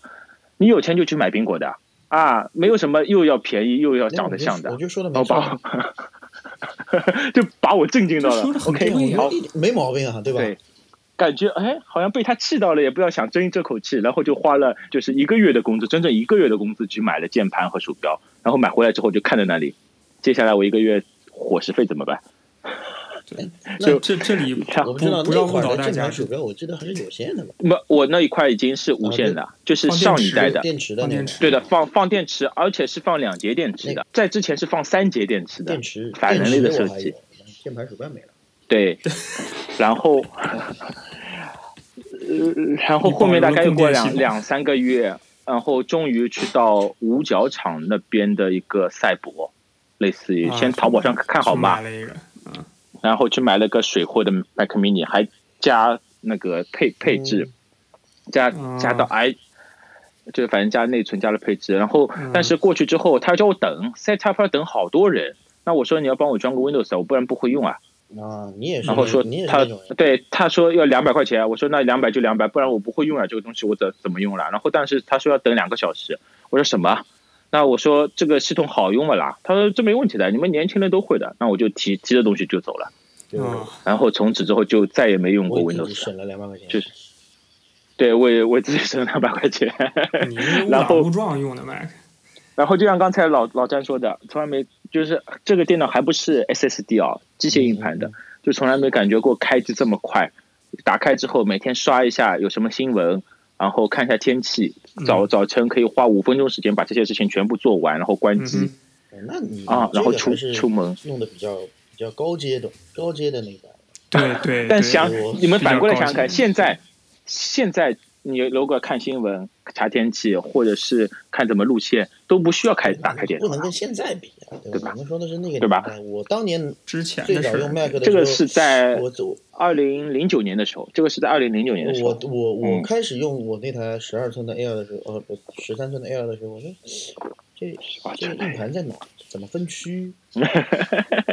[SPEAKER 1] 你有钱就去买苹果的啊，没有什么又要便宜又要
[SPEAKER 3] 那
[SPEAKER 1] 长得像的
[SPEAKER 3] 我，就说的
[SPEAKER 1] 然
[SPEAKER 3] 没
[SPEAKER 1] 后
[SPEAKER 3] 错
[SPEAKER 1] 把
[SPEAKER 3] 啊，
[SPEAKER 1] 我 就把我震惊到
[SPEAKER 2] 这
[SPEAKER 1] 了
[SPEAKER 2] 说得。很
[SPEAKER 1] OK，
[SPEAKER 2] 对呀
[SPEAKER 1] 好
[SPEAKER 3] 我一点没毛病啊，对吧？
[SPEAKER 1] 对，感觉哎，好像被他气到了，也不要想争这口气，然后就花了就是一个月的工资，整整一个月的工资去买了键盘和鼠标，然后买回来之后就看在那里，接下来我一个月伙食费怎么办？
[SPEAKER 2] 这这这里
[SPEAKER 1] 看
[SPEAKER 3] 我
[SPEAKER 2] 不
[SPEAKER 3] 不知道
[SPEAKER 2] 啊不要
[SPEAKER 3] 那
[SPEAKER 2] 误
[SPEAKER 3] 块
[SPEAKER 2] 导
[SPEAKER 3] 儿的
[SPEAKER 2] 大
[SPEAKER 3] 键
[SPEAKER 2] 家
[SPEAKER 3] 盘，鼠标，我记得还是有线的吧？
[SPEAKER 1] 那我那一块已经是无线的，就是上一代
[SPEAKER 2] 对
[SPEAKER 1] 的，
[SPEAKER 3] 哦电池的
[SPEAKER 2] 放
[SPEAKER 3] 那
[SPEAKER 2] 电
[SPEAKER 3] 个
[SPEAKER 2] 池，
[SPEAKER 1] 对的，放放电池，而且是放两节电池的，在之前是放三节电池的，
[SPEAKER 3] 电池
[SPEAKER 1] 反人类的设
[SPEAKER 3] 电池我还
[SPEAKER 1] 计
[SPEAKER 3] 有，键盘鼠标没了。
[SPEAKER 1] 对，然后，呃，然后后面大概又过两
[SPEAKER 2] 你保留了供电系统
[SPEAKER 1] 两三个月，然后终于去到五角场那边的一个赛博，类似于
[SPEAKER 2] 啊
[SPEAKER 1] 先淘宝上看好
[SPEAKER 2] 去
[SPEAKER 1] 嘛，
[SPEAKER 2] 买了一个，嗯，
[SPEAKER 1] 然后去买了个水货的 Mac Mini，还加那个配配
[SPEAKER 2] 嗯
[SPEAKER 1] 置，加
[SPEAKER 2] 哦
[SPEAKER 1] 加到 i，就是反正加内存加了配置。然后
[SPEAKER 2] 嗯
[SPEAKER 1] 但是过去之后，他叫我等 set up 要等好多人，那我说你要帮我装个 Windows，啊，我不然不会用啊。
[SPEAKER 3] 啊，你也是那，
[SPEAKER 1] 然后说嗯
[SPEAKER 3] 你也是
[SPEAKER 1] 他
[SPEAKER 3] 那种人，
[SPEAKER 1] 对他说要两百块钱，我说那两百就两百，不然我不会用啊，这个东西我怎怎么用了？然后但是他说要等两个小时，我说什么？那我说这个系统好用不啦？他说这没问题的，你们年轻人都会的。那我就提提着东西就走了，
[SPEAKER 3] 对不对
[SPEAKER 2] 啊，
[SPEAKER 1] 然后从此之后就再也没用过
[SPEAKER 3] 我自己
[SPEAKER 1] Windows 了。
[SPEAKER 3] 省了两百块钱，
[SPEAKER 1] 就是对我也我自己省两百块钱，
[SPEAKER 2] 你是
[SPEAKER 1] 然
[SPEAKER 2] 误打
[SPEAKER 1] 后
[SPEAKER 2] 误撞用的 Mac，
[SPEAKER 1] 然后就像刚才老老詹说的，从来没就是这个电脑还不是 SSD 啊，机械硬盘的，就从来没感觉过开机这么快。打开之后每天刷一下有什么新闻，然后看一下天气，早早晨可以花五分钟时间把这些事情全部做完，然后关
[SPEAKER 2] 嗯
[SPEAKER 1] 机、
[SPEAKER 2] 哼，
[SPEAKER 3] 哎那你
[SPEAKER 1] 啊，
[SPEAKER 3] 这
[SPEAKER 1] 然后
[SPEAKER 3] 个
[SPEAKER 1] 出
[SPEAKER 3] 还是
[SPEAKER 1] 出门。
[SPEAKER 3] 弄得比较比较高阶的高阶的那一版，
[SPEAKER 2] 对对，
[SPEAKER 1] 但
[SPEAKER 2] 对
[SPEAKER 1] 想
[SPEAKER 3] 我
[SPEAKER 1] 你们反过来想想
[SPEAKER 2] 比较高
[SPEAKER 1] 看，
[SPEAKER 2] 级
[SPEAKER 1] 现在现在你如果看新闻、查天气，或者是看怎么路线，都不需要开打开电
[SPEAKER 3] 不
[SPEAKER 1] 脑
[SPEAKER 3] 能，跟现在比啊，对
[SPEAKER 1] 对
[SPEAKER 3] 吧？
[SPEAKER 1] 吧
[SPEAKER 3] 我们说的是那个
[SPEAKER 1] 对吧
[SPEAKER 3] 年代我当年
[SPEAKER 2] 之前
[SPEAKER 3] 最
[SPEAKER 2] 的
[SPEAKER 3] 早
[SPEAKER 2] 事
[SPEAKER 3] 用 Mac 的时候，
[SPEAKER 1] 这个是在
[SPEAKER 3] 我走
[SPEAKER 1] 二零零九年的时候，这个是在二零零九年的时候。
[SPEAKER 3] 我我我
[SPEAKER 1] 嗯
[SPEAKER 3] 开始用我那台十二寸的 Air 的时候，呃，十三寸的 Air 的时候，我说这这个硬盘在哪？怎么分区？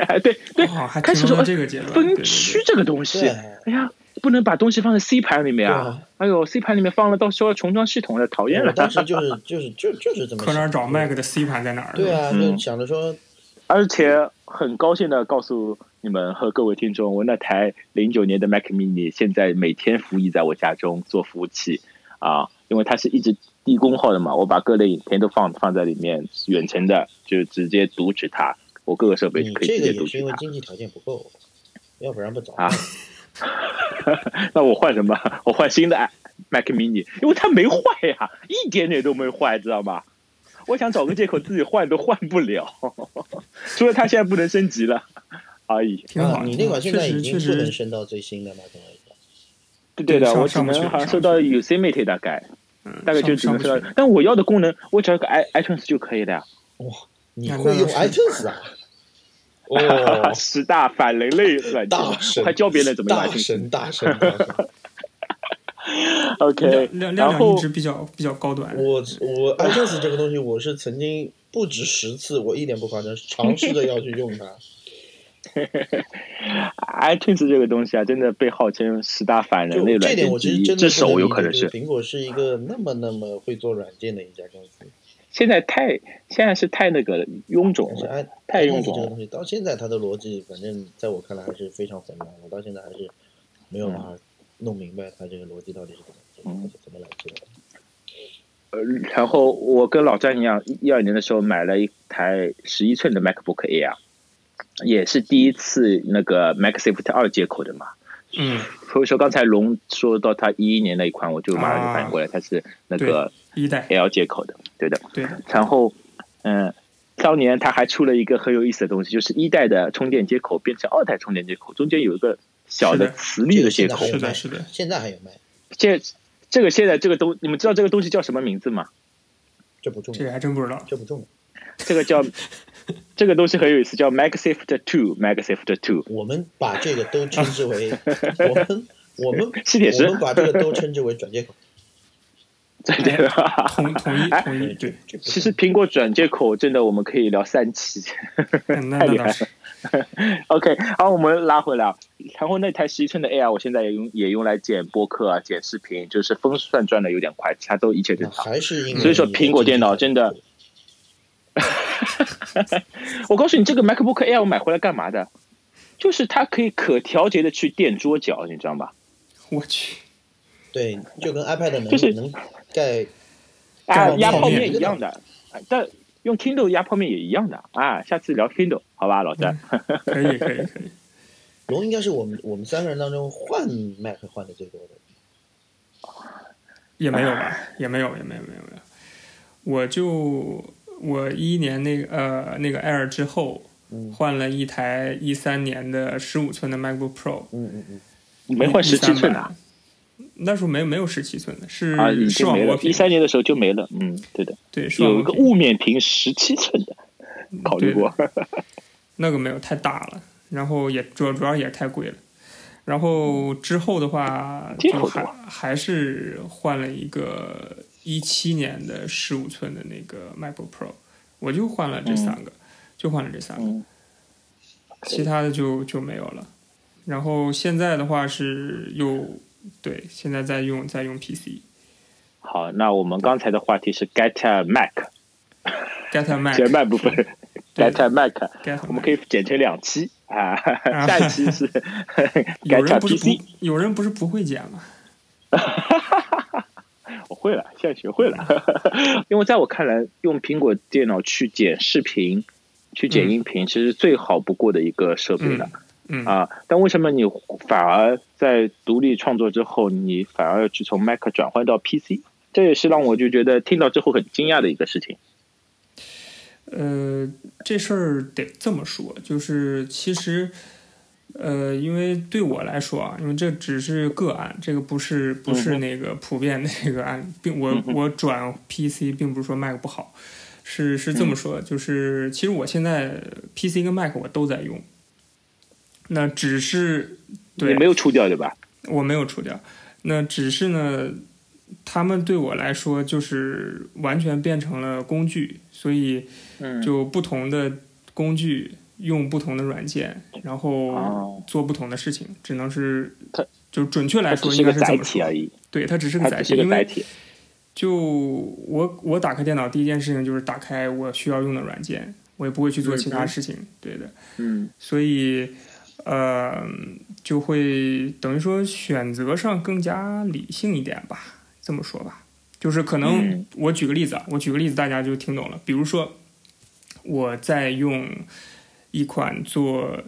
[SPEAKER 1] 哎， 对对，
[SPEAKER 2] 哦，还
[SPEAKER 1] 开始
[SPEAKER 2] 停
[SPEAKER 1] 说
[SPEAKER 2] 留
[SPEAKER 1] 哎
[SPEAKER 2] 到这个阶段，对
[SPEAKER 1] 分
[SPEAKER 2] 对
[SPEAKER 1] 区啊这个东西，
[SPEAKER 3] 对啊
[SPEAKER 1] 哎呀，不能把东西放在 C 盘里面
[SPEAKER 3] 对
[SPEAKER 1] 啊
[SPEAKER 3] 啊！
[SPEAKER 1] 哎呦，C 盘里面放了，到时候要重装系统了，讨厌
[SPEAKER 3] 我
[SPEAKER 1] 了。
[SPEAKER 3] 当时就是就是就就是这么
[SPEAKER 2] 对 可哪儿找
[SPEAKER 3] 麦
[SPEAKER 2] Mac 的 C 盘在哪儿？
[SPEAKER 3] 对啊，就
[SPEAKER 1] 嗯
[SPEAKER 3] 想着说
[SPEAKER 1] 而且很高兴的告诉你们和各位听众，我那台零九年的 Mac Mini 现在每天服役在我家中做服务器啊，因为它是一直低功耗的嘛，我把各类影片都放放在里面，远程的就直接阻止它，我各个设备
[SPEAKER 3] 你
[SPEAKER 1] 可以
[SPEAKER 3] 这
[SPEAKER 1] 直
[SPEAKER 3] 个
[SPEAKER 1] 接
[SPEAKER 3] 也
[SPEAKER 1] 阻
[SPEAKER 3] 是
[SPEAKER 1] 止
[SPEAKER 3] 因为
[SPEAKER 1] 它。
[SPEAKER 3] 经济条件不够，要不然不早
[SPEAKER 1] 啊那我换什么？ 我换新的 Mac Mini，因为它没坏呀、一点点都没坏，知道吗？我想找个借口自己换都换不了， 除了它现在不能升级了而已。
[SPEAKER 2] 挺好。
[SPEAKER 3] 啊你
[SPEAKER 2] 挺
[SPEAKER 3] 那
[SPEAKER 2] 好
[SPEAKER 3] 款现在
[SPEAKER 2] 确
[SPEAKER 3] 已
[SPEAKER 2] 实
[SPEAKER 3] 经
[SPEAKER 2] 确
[SPEAKER 3] 不能
[SPEAKER 2] 实，
[SPEAKER 3] 升到最新的 Mac 了。
[SPEAKER 1] 对对的，
[SPEAKER 2] 上
[SPEAKER 1] 我只
[SPEAKER 2] 上不去
[SPEAKER 1] 能好像
[SPEAKER 2] 上
[SPEAKER 1] 收
[SPEAKER 2] 不
[SPEAKER 1] 到
[SPEAKER 2] 去
[SPEAKER 1] Yosemite 大概，
[SPEAKER 2] 嗯
[SPEAKER 1] 大概就只
[SPEAKER 2] 上
[SPEAKER 1] 能
[SPEAKER 2] 不
[SPEAKER 1] 收
[SPEAKER 2] 上
[SPEAKER 1] 到
[SPEAKER 2] 不去。
[SPEAKER 1] 但我要的功能，我只要有个 i iTunes 就可以了呀。
[SPEAKER 3] 哇，你
[SPEAKER 2] 那
[SPEAKER 3] 会
[SPEAKER 2] 那
[SPEAKER 3] 用
[SPEAKER 2] 是
[SPEAKER 3] iTunes 啊？
[SPEAKER 1] 哈，
[SPEAKER 3] 哦，
[SPEAKER 1] 啊十大反人类软件，
[SPEAKER 3] 大神，
[SPEAKER 1] 我还教别人怎么用
[SPEAKER 3] 大
[SPEAKER 1] iTunes。
[SPEAKER 3] 神大神大神！
[SPEAKER 1] OK，
[SPEAKER 2] 亮亮
[SPEAKER 1] 然
[SPEAKER 2] 亮亮
[SPEAKER 1] 后
[SPEAKER 2] 一直比较比较高端，
[SPEAKER 3] 我 我 iTunes 这个东西，我是曾经不止十次，我一点不夸张，尝试着要去用它。
[SPEAKER 1] iTunes 这个东西啊，真的被号称十大反 人
[SPEAKER 3] 就
[SPEAKER 1] 类
[SPEAKER 3] 这
[SPEAKER 1] 软
[SPEAKER 3] 点，
[SPEAKER 1] 件
[SPEAKER 3] 我
[SPEAKER 1] 之
[SPEAKER 3] 其实
[SPEAKER 1] 一，
[SPEAKER 3] 真的
[SPEAKER 1] 之首
[SPEAKER 3] 不
[SPEAKER 1] 有
[SPEAKER 3] 理
[SPEAKER 1] 可能
[SPEAKER 3] 解
[SPEAKER 1] 是
[SPEAKER 3] 就。苹果是一个那么那么会做软件的一家公司，
[SPEAKER 1] 现在太现在是太那个了臃肿
[SPEAKER 3] 但是啊
[SPEAKER 1] 了，
[SPEAKER 3] i
[SPEAKER 1] 哎太臃
[SPEAKER 3] iTunes 这
[SPEAKER 1] 肿
[SPEAKER 3] 个
[SPEAKER 1] 了。
[SPEAKER 3] 东西到现在它的逻辑，反正在我看来还是非常混乱，我到现在还是
[SPEAKER 1] 嗯
[SPEAKER 3] 没有把它弄明白它这个逻辑到底是怎么怎么怎么来做的。
[SPEAKER 1] 呃，然后我跟老詹一样，一二年的时候买了一台十一寸的 MacBook Air，也是第一次那个 MagSafe 二接口的嘛。
[SPEAKER 2] 嗯，
[SPEAKER 1] 所以说刚才龙说到他一一年的一款，我就马上就反应过来，它是那个
[SPEAKER 2] 一代
[SPEAKER 1] L 接口的，对的。
[SPEAKER 2] 对的，
[SPEAKER 1] 然后，嗯，当年他还出了一个很有意思的东西，就是一代的充电接口变成二代充电接口，中间有一个小
[SPEAKER 2] 是
[SPEAKER 1] 的
[SPEAKER 2] 的
[SPEAKER 1] 磁力的接
[SPEAKER 3] 这
[SPEAKER 1] 口
[SPEAKER 2] 是
[SPEAKER 3] 个。现在
[SPEAKER 2] 的，
[SPEAKER 3] 还
[SPEAKER 2] 是的，
[SPEAKER 3] 现在还有卖，
[SPEAKER 1] 现这个现在这个东，你们知道这个东西叫什么名字吗？
[SPEAKER 3] 这不重
[SPEAKER 2] 这
[SPEAKER 3] 要，
[SPEAKER 2] 个还真不知 道。
[SPEAKER 3] 这不重要。
[SPEAKER 1] 这个叫这个东西很有意思，叫 MagSafe Two，MagSafe Two
[SPEAKER 3] 我们把这个都称 之为我们我们
[SPEAKER 1] 吸铁石
[SPEAKER 3] 我们把这个都称之为转接口。
[SPEAKER 1] 对。这个
[SPEAKER 2] 统统一
[SPEAKER 1] 哎
[SPEAKER 2] 统一对，
[SPEAKER 3] 这 不
[SPEAKER 1] 其实苹果转接口真的我们可以聊三期。
[SPEAKER 2] 嗯那
[SPEAKER 1] 太
[SPEAKER 2] 那
[SPEAKER 1] 厉害
[SPEAKER 2] 倒是
[SPEAKER 1] OK，好，我们拉回来啊。然后那台十一寸的 Air，我现在也用也用来剪播客啊，剪视频，就是风算转的有点快，其他都一切正
[SPEAKER 3] 那
[SPEAKER 1] 常。
[SPEAKER 3] 还是因为
[SPEAKER 1] 所以说
[SPEAKER 3] 你的
[SPEAKER 1] 苹果电脑真的我告诉你，这个 MacBook Air 我买回来干嘛的？就是它可以可调节的去垫桌角，你知道吗？
[SPEAKER 2] 我去，
[SPEAKER 3] 对，就跟 iPad 能
[SPEAKER 1] 就是
[SPEAKER 3] 能盖
[SPEAKER 1] 啊，
[SPEAKER 2] 跟
[SPEAKER 1] 压
[SPEAKER 2] 泡
[SPEAKER 1] 泡
[SPEAKER 2] 面
[SPEAKER 1] 面一样的，啊但用 Kindle 压泡面也一样的啊。下次聊 Kindle 好吧，老詹。
[SPEAKER 2] 可以可以可以，
[SPEAKER 3] 龙，应该是我们我们三个人当中换 Mac 换的最多的。
[SPEAKER 2] 也没有吧，也没有也没有没有没有，我就我一一年那个呃那个 Air 之后。
[SPEAKER 3] 嗯
[SPEAKER 2] 换了一台一三年的十五寸的 MacBook Pro，
[SPEAKER 3] 嗯嗯嗯，
[SPEAKER 1] 你没换
[SPEAKER 2] 13
[SPEAKER 1] 十七寸
[SPEAKER 2] 版
[SPEAKER 1] 的
[SPEAKER 2] 那时候没没有十七寸的，是
[SPEAKER 1] 啊，已
[SPEAKER 2] 视
[SPEAKER 1] 经
[SPEAKER 2] 网
[SPEAKER 1] 没
[SPEAKER 2] 膜
[SPEAKER 1] 了。
[SPEAKER 2] 屏
[SPEAKER 1] 一，三年的时候就没了，嗯，对的，
[SPEAKER 2] 对，视网
[SPEAKER 1] 有一个
[SPEAKER 2] 膜屏
[SPEAKER 1] 雾面屏十七寸的，考虑
[SPEAKER 2] 嗯对的
[SPEAKER 1] 过。
[SPEAKER 2] 那个没有太大了，然后也主要主要也太贵了。然后之后的话，
[SPEAKER 1] 接
[SPEAKER 2] 就
[SPEAKER 1] 口
[SPEAKER 2] 还
[SPEAKER 1] 多啊
[SPEAKER 2] 还是换了一个一七年的十五寸的那个 MacBook Pro，我就换了这三个，就换了这三个，
[SPEAKER 1] 嗯
[SPEAKER 2] 其他的就就没有了。然后现在的话是又对，现在在用在用 PC，Get
[SPEAKER 1] 好，那我们刚才的话题是 Get a Mac
[SPEAKER 2] a Mac，
[SPEAKER 1] 前半部分
[SPEAKER 2] 对
[SPEAKER 1] Get a Mac，
[SPEAKER 2] Get a
[SPEAKER 1] 我们
[SPEAKER 2] Mac
[SPEAKER 1] 可。以剪成两期啊， 下一期是
[SPEAKER 2] 有
[SPEAKER 1] Get
[SPEAKER 2] 人
[SPEAKER 1] a
[SPEAKER 2] 不是
[SPEAKER 1] PC
[SPEAKER 2] 不。有人不是不会剪吗？
[SPEAKER 1] 我会了，现在学会了。 因为在我看来，用苹果电脑去剪视频、去剪
[SPEAKER 2] 嗯
[SPEAKER 1] 音频，其实最好不过的一个设备了、
[SPEAKER 2] 嗯，
[SPEAKER 1] 啊。但为什么你反而在独立创作之后，你反而要去从 Mac 转换到 PC？这也是让我就觉得听到之后很惊讶的一个事情。
[SPEAKER 2] 呃，这事儿得这么说，就是其实，呃，因为对我来说啊，因为这只是个案，这个不是不
[SPEAKER 1] 嗯
[SPEAKER 2] 是
[SPEAKER 1] 哼
[SPEAKER 2] 那个普遍的那个案例，并我
[SPEAKER 1] 嗯哼
[SPEAKER 2] 我转 PC 并不是说 Mac 不好，是是
[SPEAKER 1] 嗯
[SPEAKER 2] 这么说，就是其实我现在 PC 跟 Mac 我都在用，那只是
[SPEAKER 1] 你
[SPEAKER 2] 对
[SPEAKER 1] 没有出掉对吧？
[SPEAKER 2] 我没有除掉。那只是呢，他们对我来说就是完全变成了工具，所以
[SPEAKER 1] 嗯
[SPEAKER 2] 就不同的工具用不同的软件，然后
[SPEAKER 1] 哦
[SPEAKER 2] 做不同的事情，只能是
[SPEAKER 1] 它
[SPEAKER 2] 就准确来
[SPEAKER 1] 只
[SPEAKER 2] 说
[SPEAKER 1] 是
[SPEAKER 2] 应
[SPEAKER 1] 个
[SPEAKER 2] 该是这
[SPEAKER 1] 载
[SPEAKER 2] 么
[SPEAKER 1] 体
[SPEAKER 2] 说
[SPEAKER 1] 而。已，
[SPEAKER 2] 对，它只是个
[SPEAKER 1] 它
[SPEAKER 2] 载
[SPEAKER 1] 只
[SPEAKER 2] 体，
[SPEAKER 1] 是个
[SPEAKER 2] 因
[SPEAKER 1] 载
[SPEAKER 2] 为
[SPEAKER 1] 体。
[SPEAKER 2] 就我我打开电脑第一件事情就是打开我需要用的软件，我也不会去做其
[SPEAKER 1] 嗯
[SPEAKER 2] 他
[SPEAKER 1] 嗯
[SPEAKER 2] 事情。对的，
[SPEAKER 1] 嗯
[SPEAKER 2] 所以呃，就会等于说选择上更加理性一点吧，这么说吧。就是可能我举个例子啊，我举个例子，大家就听懂了。比如说，我在用一款做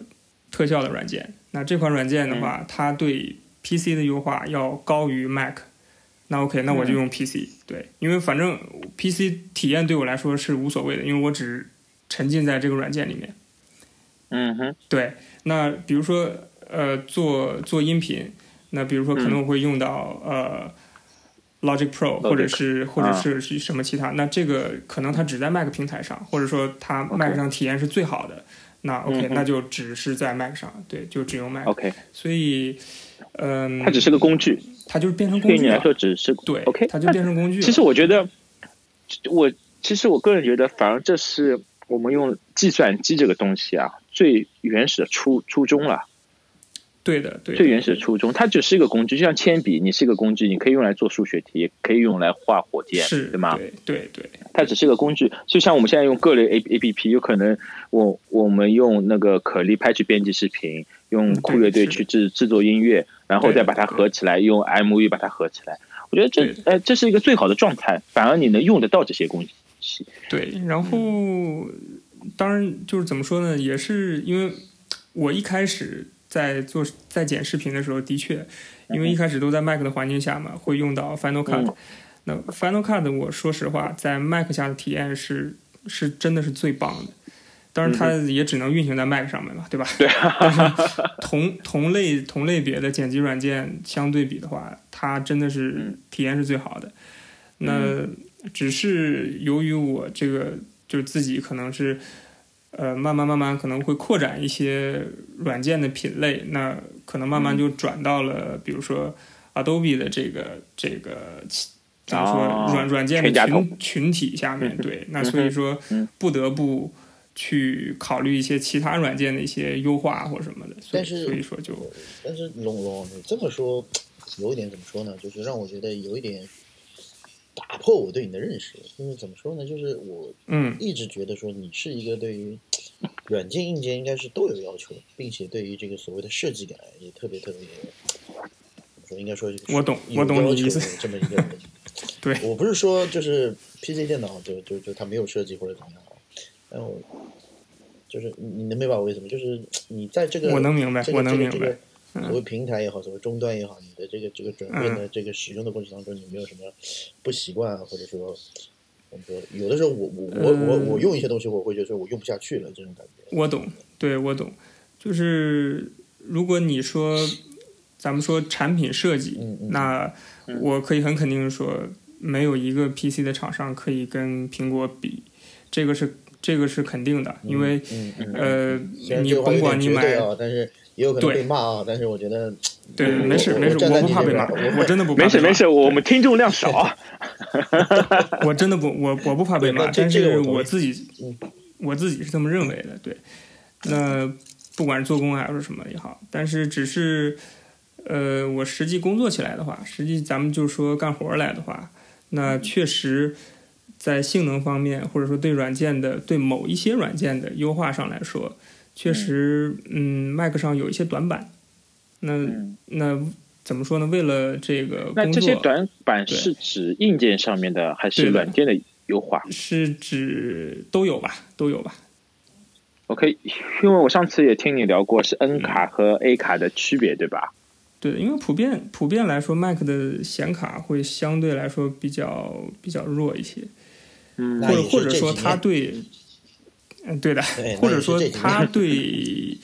[SPEAKER 2] 特效的软件，那这款软件的话，它对 PC 的优化要高于 Mac。那 OK，那我就用 PC、对，因为反正 PC 体验对我来说是无所谓的，因为我只沉浸在这个软件里面。
[SPEAKER 1] 嗯哼，
[SPEAKER 2] 对，那比如说呃，做做音频，那比如说可
[SPEAKER 1] 嗯
[SPEAKER 2] 能我会用到、呃 Logic Pro，或者是或者
[SPEAKER 1] 啊
[SPEAKER 2] 是是什么其他，那这个可能它只在 Mac 平台上，或者说它 Mac 上体验是最好的。那 OK，、
[SPEAKER 1] 嗯哼
[SPEAKER 2] 那就只是在 Mac 上，对，就只用 Mac。
[SPEAKER 1] ，OK，
[SPEAKER 2] 所以，嗯、
[SPEAKER 1] 它只是个工具，
[SPEAKER 2] 它就是变成工
[SPEAKER 1] 对于
[SPEAKER 2] 具
[SPEAKER 1] 你来
[SPEAKER 2] 了，
[SPEAKER 1] 说只是
[SPEAKER 2] 对
[SPEAKER 1] OK，
[SPEAKER 2] 它就变成工具了。
[SPEAKER 1] 其实我觉得，我其实我个人觉得，反而这是我们用计算机这个东西啊，最原始的初初衷了，
[SPEAKER 2] 对的，对的
[SPEAKER 1] 最原始的初衷，它只是一个工具，就像铅笔，你是一个工具，你可以用来做数学题，也可以用来画火箭，
[SPEAKER 2] 是，
[SPEAKER 1] 对吗？
[SPEAKER 2] 对对对
[SPEAKER 1] 它只是一个工具，就像我们现在用各类 A A P P，有可能我我们用那个可力拍去编辑视频，用
[SPEAKER 2] 嗯
[SPEAKER 1] 酷乐
[SPEAKER 2] 对
[SPEAKER 1] 队
[SPEAKER 2] 是的
[SPEAKER 1] 去制制作音乐，然后
[SPEAKER 2] 对
[SPEAKER 1] 再把它合起来，用 M V 把它合起来。我觉得这
[SPEAKER 2] 对
[SPEAKER 1] 呃这是一个最好的状态，反而你能用得到这些工具。
[SPEAKER 2] 对。然后，当然就是怎么说呢，也是因为我一开始在做在剪视频的时候，的确，因为一开始都在 Mac 的环境下嘛，会用到 Final Cut、那 Final Cut 我说实话，在 Mac 下的体验是是真的是最棒的。当然，它也只能运行在 Mac 上面嘛，对吧？对、 同同类同类别的剪辑软件相对比的话，它真的
[SPEAKER 1] 嗯
[SPEAKER 2] 是体验是最好的。那只是由于我这个就是自己可能是呃慢慢慢慢可能会扩展一些软件的品类，那可能慢
[SPEAKER 1] 嗯
[SPEAKER 2] 慢就转到了比如说 Adobe 的这个这个怎么
[SPEAKER 1] 哦
[SPEAKER 2] 说软软件
[SPEAKER 1] 全家嗯
[SPEAKER 2] 的
[SPEAKER 1] 桶
[SPEAKER 2] 群群体下面 对，那所以说不得不去考虑一些其他软件的一些优化或什么的，所以
[SPEAKER 3] 但是
[SPEAKER 2] 所以说就
[SPEAKER 3] 但是龙龙，你这么说，有一点怎么说呢？就是让我觉得有一点打破我对你的认识。就是怎么说呢？就是我
[SPEAKER 2] 嗯
[SPEAKER 3] 一直觉得说你是一个对于软件、硬件应该是都有要求，并且对于这个所谓的设计感也特别特别，怎么说？应该说
[SPEAKER 2] 我懂
[SPEAKER 3] 有
[SPEAKER 2] 我懂
[SPEAKER 3] 要
[SPEAKER 2] 你的意思
[SPEAKER 3] 求的这么一 个人。
[SPEAKER 2] 对
[SPEAKER 3] 我不是说就是 PC 电脑就就就它没有设计或者怎么样啊，但我就是你你能明白我意思吗？就是你在这个
[SPEAKER 2] 我能明白
[SPEAKER 3] 这个
[SPEAKER 2] 我能明
[SPEAKER 3] 这个
[SPEAKER 2] 白，嗯
[SPEAKER 3] 这个所谓平台也好，所谓终端也好，你的这个这个转变的这个使用的过程当中，你有没有什么不习惯啊，或者说？我们说有的时候我我我我
[SPEAKER 2] 嗯
[SPEAKER 3] 我用一些东西，我会觉得说我用不下去了这种感觉。
[SPEAKER 2] 我懂，对我懂，就是如果你说咱们说产品设计，
[SPEAKER 3] 嗯嗯
[SPEAKER 2] 那我可以很肯定地说，没有一个 PC 的厂商可以跟苹果比，这个是这个是肯定的，因为、
[SPEAKER 3] 嗯嗯，虽
[SPEAKER 2] 呃，
[SPEAKER 3] 然
[SPEAKER 2] 你
[SPEAKER 3] 这个话有
[SPEAKER 2] 甭管
[SPEAKER 3] 点
[SPEAKER 2] 你买
[SPEAKER 3] 绝对啊，但是也有可能
[SPEAKER 2] 对
[SPEAKER 3] 被骂啊。但是我觉得
[SPEAKER 2] 对，
[SPEAKER 3] 我
[SPEAKER 2] 没事
[SPEAKER 3] 我
[SPEAKER 2] 没事，
[SPEAKER 3] 我站
[SPEAKER 2] 我
[SPEAKER 3] 在
[SPEAKER 2] 不
[SPEAKER 3] 你
[SPEAKER 2] 怕
[SPEAKER 3] 这
[SPEAKER 2] 被
[SPEAKER 3] 边
[SPEAKER 2] 骂，
[SPEAKER 3] 儿
[SPEAKER 2] 我真的不怕。
[SPEAKER 1] 没事没，事，我们听众量少，啊
[SPEAKER 2] 我真的不，我我不怕被骂，
[SPEAKER 3] 对这
[SPEAKER 2] 但
[SPEAKER 3] 这个
[SPEAKER 2] 是
[SPEAKER 3] 我同意
[SPEAKER 2] 我自己
[SPEAKER 3] 嗯，
[SPEAKER 2] 我自己是这么认为的。对，那不管是做工还啊是什么也好，但是只是，呃，我实际工作起来的话，实际咱们就说干活儿来的话，
[SPEAKER 3] 嗯
[SPEAKER 2] 那确实在性能方面，或者说对软件的对某一些软件的优化上来说，确实，嗯，Mac 上有一些短板。那
[SPEAKER 1] 嗯
[SPEAKER 2] 那怎么说呢？为了这个
[SPEAKER 1] 那
[SPEAKER 2] 工
[SPEAKER 1] 这些
[SPEAKER 2] 作，
[SPEAKER 1] 短板是指硬件上面的，还
[SPEAKER 2] 对
[SPEAKER 1] 是
[SPEAKER 2] 的
[SPEAKER 1] 软件的优化
[SPEAKER 2] 是指都有吧，都有吧。
[SPEAKER 1] ？OK，因为我上次也听你聊过是 N 卡和 A 卡的区别，对吧？
[SPEAKER 2] 对，因为普遍普遍来说，Mac 的显卡会相对来说比较比较弱一些，
[SPEAKER 1] 嗯
[SPEAKER 2] 或
[SPEAKER 3] 那
[SPEAKER 2] 者
[SPEAKER 3] 也是
[SPEAKER 2] 或者
[SPEAKER 3] 这
[SPEAKER 2] 说
[SPEAKER 3] 几
[SPEAKER 2] 它
[SPEAKER 3] 年
[SPEAKER 2] 对，嗯，对的，
[SPEAKER 3] 对
[SPEAKER 2] 或
[SPEAKER 3] 哎那
[SPEAKER 2] 者
[SPEAKER 3] 也是
[SPEAKER 2] 说
[SPEAKER 3] 这几
[SPEAKER 2] 它
[SPEAKER 3] 年
[SPEAKER 2] 对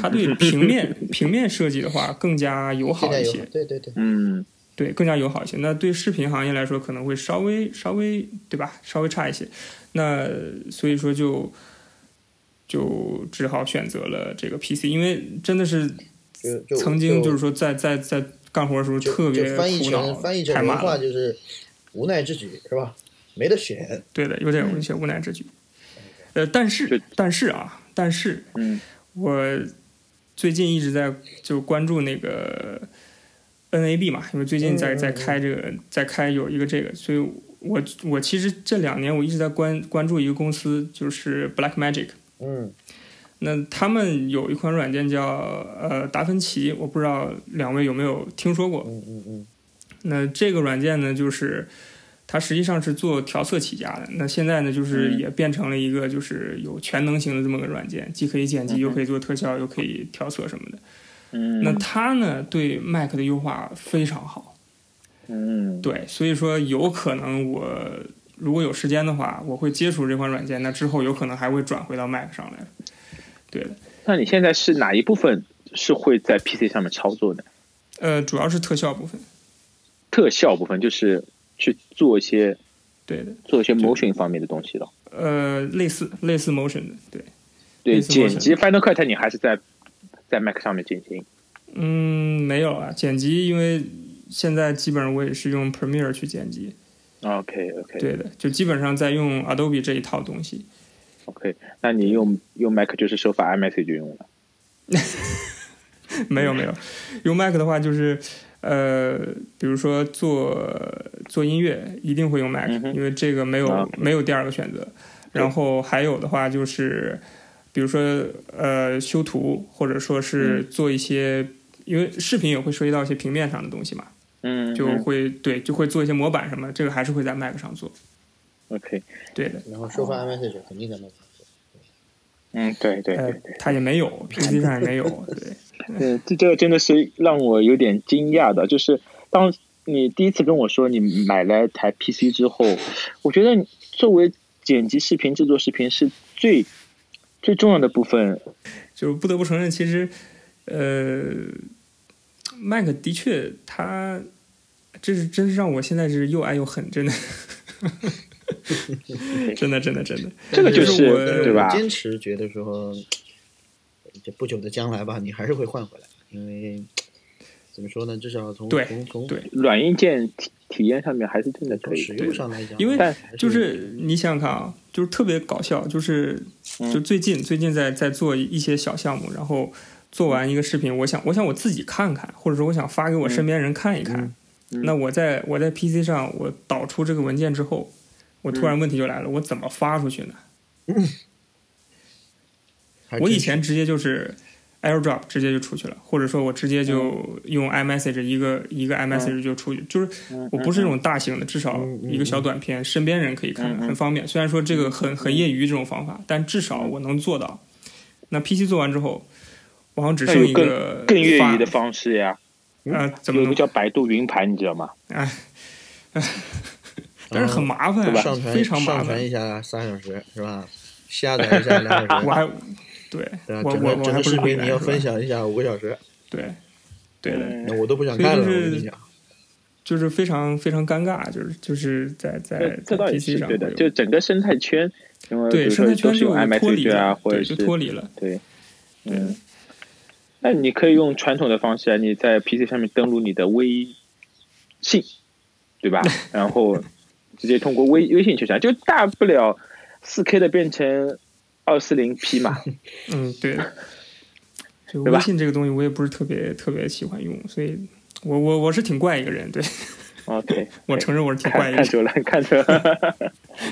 [SPEAKER 2] 它对平 面平面设计的话更加友
[SPEAKER 3] 现
[SPEAKER 2] 好
[SPEAKER 3] 在
[SPEAKER 2] 一
[SPEAKER 3] 有
[SPEAKER 2] 些，
[SPEAKER 3] 对对对，
[SPEAKER 1] 嗯
[SPEAKER 2] 对，更加友好一些。那对视频行业来说，可能会稍微稍微对吧，稍微差一些。那所以说就就只好选择了这个 PC，因为真的是
[SPEAKER 3] 就就
[SPEAKER 2] 曾经就是说在在在干活的时候
[SPEAKER 3] 就
[SPEAKER 2] 特别
[SPEAKER 3] 就翻译
[SPEAKER 2] 苦恼，
[SPEAKER 3] 成翻译成
[SPEAKER 2] 太
[SPEAKER 3] 文
[SPEAKER 2] 慢
[SPEAKER 3] 化
[SPEAKER 2] 了，
[SPEAKER 3] 就是无奈之举是吧？没得选，
[SPEAKER 2] 对的，有点
[SPEAKER 3] 嗯
[SPEAKER 2] 有一些无奈之举。呃，但
[SPEAKER 1] 就是
[SPEAKER 2] 但是啊，但是
[SPEAKER 1] 嗯
[SPEAKER 2] 我最近一直在就关注那个 NAB 嘛，因为最近在
[SPEAKER 3] 嗯嗯
[SPEAKER 2] 在开这个在开有一个这个，所以我我其实这两年我一直在关关注一个公司，就是 Black Magic。
[SPEAKER 3] 嗯，
[SPEAKER 2] 那他们有一款软件叫呃达芬奇，我不知道两位有没有听说过？
[SPEAKER 3] 嗯嗯嗯，
[SPEAKER 2] 那这个软件呢，就是它实际上是做调色起家的。那现在呢，就是也变成了一个就是有全能型的这么个软件，既可以剪辑，又可以做特效，又可以调色什么的。
[SPEAKER 1] 嗯，
[SPEAKER 2] 那它呢，对 Mac 的优化非常好。
[SPEAKER 1] 嗯，
[SPEAKER 2] 对，所以说有可能我如果有时间的话，我会接触这款软件。那之后有可能还会转回到 Mac 上来。对的，
[SPEAKER 1] 那你现在是哪一部分是会在 PC 上面操作的？
[SPEAKER 2] 呃，主要是特效部分。
[SPEAKER 1] 特效部分就是去做一些
[SPEAKER 2] 对的，
[SPEAKER 1] 做一些 motion 方面的东西了。
[SPEAKER 2] 呃，类似类似 motion 的，对。
[SPEAKER 1] 对，
[SPEAKER 2] 类似
[SPEAKER 1] 剪
[SPEAKER 2] motion
[SPEAKER 1] 辑 Final Cut 你还是在在 Mac 上面进行。
[SPEAKER 2] 嗯，没有啊，剪辑，因为现在基本上我也是用 Premiere 去剪辑，
[SPEAKER 1] OK OK
[SPEAKER 2] 对的，就基本上在用 Adobe 这一套东西。
[SPEAKER 1] OK，那你用用 Mac 就是手法 iMessage 用了。
[SPEAKER 2] 没有没有，用 Mac 的话就是，呃，比如说做做音乐，一定会用 Mac，、
[SPEAKER 1] 嗯哼啊
[SPEAKER 2] 因为这个没有、
[SPEAKER 1] OK
[SPEAKER 2] 没有第二个选择。然后还有的话就是，比如说呃修图，或者说
[SPEAKER 1] 嗯
[SPEAKER 2] 是做一些，因为视频也会涉及到一些平面上的东西嘛，
[SPEAKER 1] 嗯，
[SPEAKER 2] 就
[SPEAKER 1] 嗯
[SPEAKER 2] 会对就会做一些模板什么，这个还是会在 Mac 上做。
[SPEAKER 1] OK，
[SPEAKER 2] 对的，
[SPEAKER 3] 然后收发 iMessage 肯定在那里。
[SPEAKER 1] 嗯，对对
[SPEAKER 2] 呃
[SPEAKER 1] 对，
[SPEAKER 2] 它也没有，PC 上也没有，
[SPEAKER 1] 对，
[SPEAKER 2] 对，
[SPEAKER 1] 嗯这这个真的是让我有点惊讶的，就是当你第一次跟我说你买了台 PC 之后，我觉得你作为剪辑视频、制作视频是最最重要的部分。
[SPEAKER 2] 就不得不承认，其实，呃，Mac 的确它，这是真是让我现在是又爱又恨，真的， 真的真的真的，
[SPEAKER 1] 这个就
[SPEAKER 2] 就是我
[SPEAKER 3] 但是
[SPEAKER 1] 对吧
[SPEAKER 3] 我坚持觉得说，这不久的将来吧，你还是会换回来，因为怎么说呢，至少从
[SPEAKER 2] 对
[SPEAKER 3] 从从
[SPEAKER 2] 对
[SPEAKER 1] 软硬件体体验上面还是真的可
[SPEAKER 3] 从
[SPEAKER 1] 以
[SPEAKER 3] 使
[SPEAKER 1] 的。
[SPEAKER 3] 用上来讲，
[SPEAKER 2] 因为
[SPEAKER 3] 还是
[SPEAKER 2] 就是你想想看啊，就是特别搞笑，就是就最近、最近在在做一些小项目，然后做完一个视频，我想我想我自己看看，或者说我想发给我身边人看一看。
[SPEAKER 1] 嗯
[SPEAKER 2] 那我在我在 PC 上我导出这个文件之后，我突然问题就来了，我怎么发出去呢？
[SPEAKER 3] 还
[SPEAKER 2] 我
[SPEAKER 3] 真
[SPEAKER 2] 以前直接就是 AirDrop 直接就出去了，或者说我直接就用 iMessage 一个、一个 iMessage 就出去，就是我
[SPEAKER 1] 嗯
[SPEAKER 2] 不是那种大型的，至少
[SPEAKER 3] 嗯
[SPEAKER 2] 一个小短片，身边人可以看，很方便。虽然说这个很很业余这种方法，但至少我能做到。那 PC 做完之后，我好像只
[SPEAKER 1] 那
[SPEAKER 2] 剩
[SPEAKER 1] 有
[SPEAKER 2] 一
[SPEAKER 1] 更
[SPEAKER 2] 个
[SPEAKER 1] 嗯更业余的
[SPEAKER 2] 发
[SPEAKER 1] 方式呀，
[SPEAKER 2] 呃，怎么
[SPEAKER 1] 有一个？
[SPEAKER 2] 弄
[SPEAKER 1] 叫百度云盘，你知道吗？
[SPEAKER 2] 哎，但是很麻烦
[SPEAKER 1] 对吧
[SPEAKER 2] 啊
[SPEAKER 3] 嗯上，传
[SPEAKER 2] 非常麻
[SPEAKER 3] 上传
[SPEAKER 2] 烦。
[SPEAKER 3] 一下三小时是吧？下载一下两小 时，
[SPEAKER 2] 我还对
[SPEAKER 3] 对吧？
[SPEAKER 2] 我
[SPEAKER 3] 整
[SPEAKER 2] 我
[SPEAKER 3] 个
[SPEAKER 2] 我
[SPEAKER 3] 整
[SPEAKER 2] 还
[SPEAKER 3] 个
[SPEAKER 2] 不
[SPEAKER 3] 视
[SPEAKER 2] 是会
[SPEAKER 3] 频
[SPEAKER 2] 员
[SPEAKER 3] 你要
[SPEAKER 2] 是吧
[SPEAKER 3] 分享一下五个小时，
[SPEAKER 2] 对对的。
[SPEAKER 1] 嗯
[SPEAKER 3] 那我都不想
[SPEAKER 2] 所以
[SPEAKER 3] 看了。
[SPEAKER 2] 就
[SPEAKER 3] 我
[SPEAKER 2] 是
[SPEAKER 3] 跟你讲，
[SPEAKER 2] 就是非常非常尴尬，就是就是在在
[SPEAKER 1] 这这倒
[SPEAKER 2] 在
[SPEAKER 1] 也
[SPEAKER 2] PC
[SPEAKER 1] 是
[SPEAKER 2] 上
[SPEAKER 1] 对
[SPEAKER 2] 会
[SPEAKER 1] 的，
[SPEAKER 2] 有
[SPEAKER 1] 就整个生态圈，因为比
[SPEAKER 2] 对
[SPEAKER 1] 如
[SPEAKER 2] 生
[SPEAKER 1] 说
[SPEAKER 2] 态
[SPEAKER 1] 都
[SPEAKER 2] 圈
[SPEAKER 1] 是
[SPEAKER 2] 就
[SPEAKER 1] 用
[SPEAKER 2] 脱离
[SPEAKER 1] iMessage 啊，
[SPEAKER 2] 了，
[SPEAKER 1] 或者
[SPEAKER 2] 对，
[SPEAKER 1] 是
[SPEAKER 2] 就脱离了。
[SPEAKER 1] 对，
[SPEAKER 2] 对
[SPEAKER 1] 嗯，那你可以用传统的方式啊，你在 PC 上面登录你的微信，对吧？然后直接通过微微信去传，就大不了四 K 的变成二四零 P 嘛。
[SPEAKER 2] 嗯， 对的。就
[SPEAKER 1] 对吧
[SPEAKER 2] 微信这个东西，我也不是特别特别喜欢用，所以我我我是挺怪一个人，对
[SPEAKER 1] OK，
[SPEAKER 2] 我承认我是挺
[SPEAKER 1] 看
[SPEAKER 2] 怪一个
[SPEAKER 1] 看
[SPEAKER 2] 人。
[SPEAKER 1] 久了， 看久了，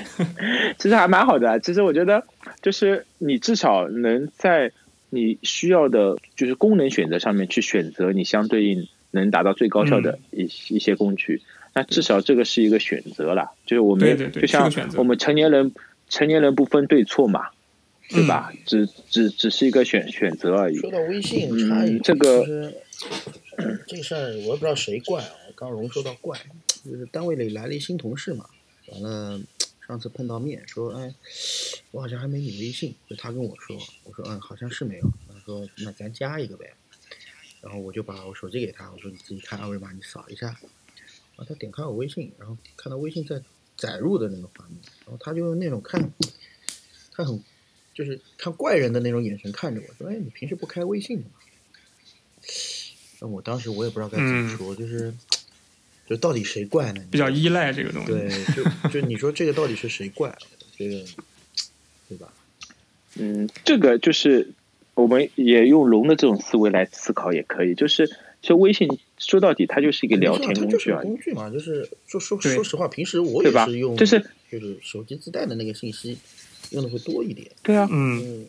[SPEAKER 1] 其实还蛮好的啊。其实我觉得，就是你至少能在你需要的，就是功能选择上面去选择你相对应能达到最高效的
[SPEAKER 2] 嗯
[SPEAKER 1] 一、一些工具。那至少这个是一个选择啦，就是我们
[SPEAKER 2] 对对对
[SPEAKER 1] 就是像
[SPEAKER 2] 个选择
[SPEAKER 1] 我们成年人，成年人不分对错嘛，对吧？
[SPEAKER 2] 嗯
[SPEAKER 1] 只只只是一个选选择而已。
[SPEAKER 3] 说到微信
[SPEAKER 1] 嗯
[SPEAKER 3] 插一句，
[SPEAKER 1] 这个
[SPEAKER 3] 就是这个事儿，我也不知道谁怪啊。刚荣说到怪，就是单位里来了一新同事嘛，完了上次碰到面说，哎，我好像还没你微信，就他跟我说，我说嗯，好像是没有。他说那咱加一个呗，然后我就把我手机给他，我说你自己看二维码，你扫一下。然后他点开我微信，然后看到微信在载入的那个画面，然后他就用那种看，他很就是看怪人的那种眼神看着我说：“哎，你平时不开微信的吗？”那我当时我也不知道该怎么说，就是就到底谁怪呢？
[SPEAKER 2] 嗯比较依赖这个东西，
[SPEAKER 3] 对，就就你说这个到底是谁怪？这个对吧？
[SPEAKER 1] 嗯，这个就是我们也用龙的这种思维来思考也可以，就是其实微信说到底它就是一个聊天
[SPEAKER 3] 它
[SPEAKER 1] 工
[SPEAKER 3] 就是
[SPEAKER 1] 具啊
[SPEAKER 3] 个
[SPEAKER 1] 而已，
[SPEAKER 3] 工具嘛，就是说说
[SPEAKER 2] 对
[SPEAKER 3] 说实话，平时我
[SPEAKER 1] 对
[SPEAKER 3] 也
[SPEAKER 1] 吧
[SPEAKER 3] 是用，
[SPEAKER 1] 就是
[SPEAKER 3] 就是手机自带的那个信息用的会多一点。
[SPEAKER 1] 对啊，
[SPEAKER 2] 嗯，
[SPEAKER 3] 嗯，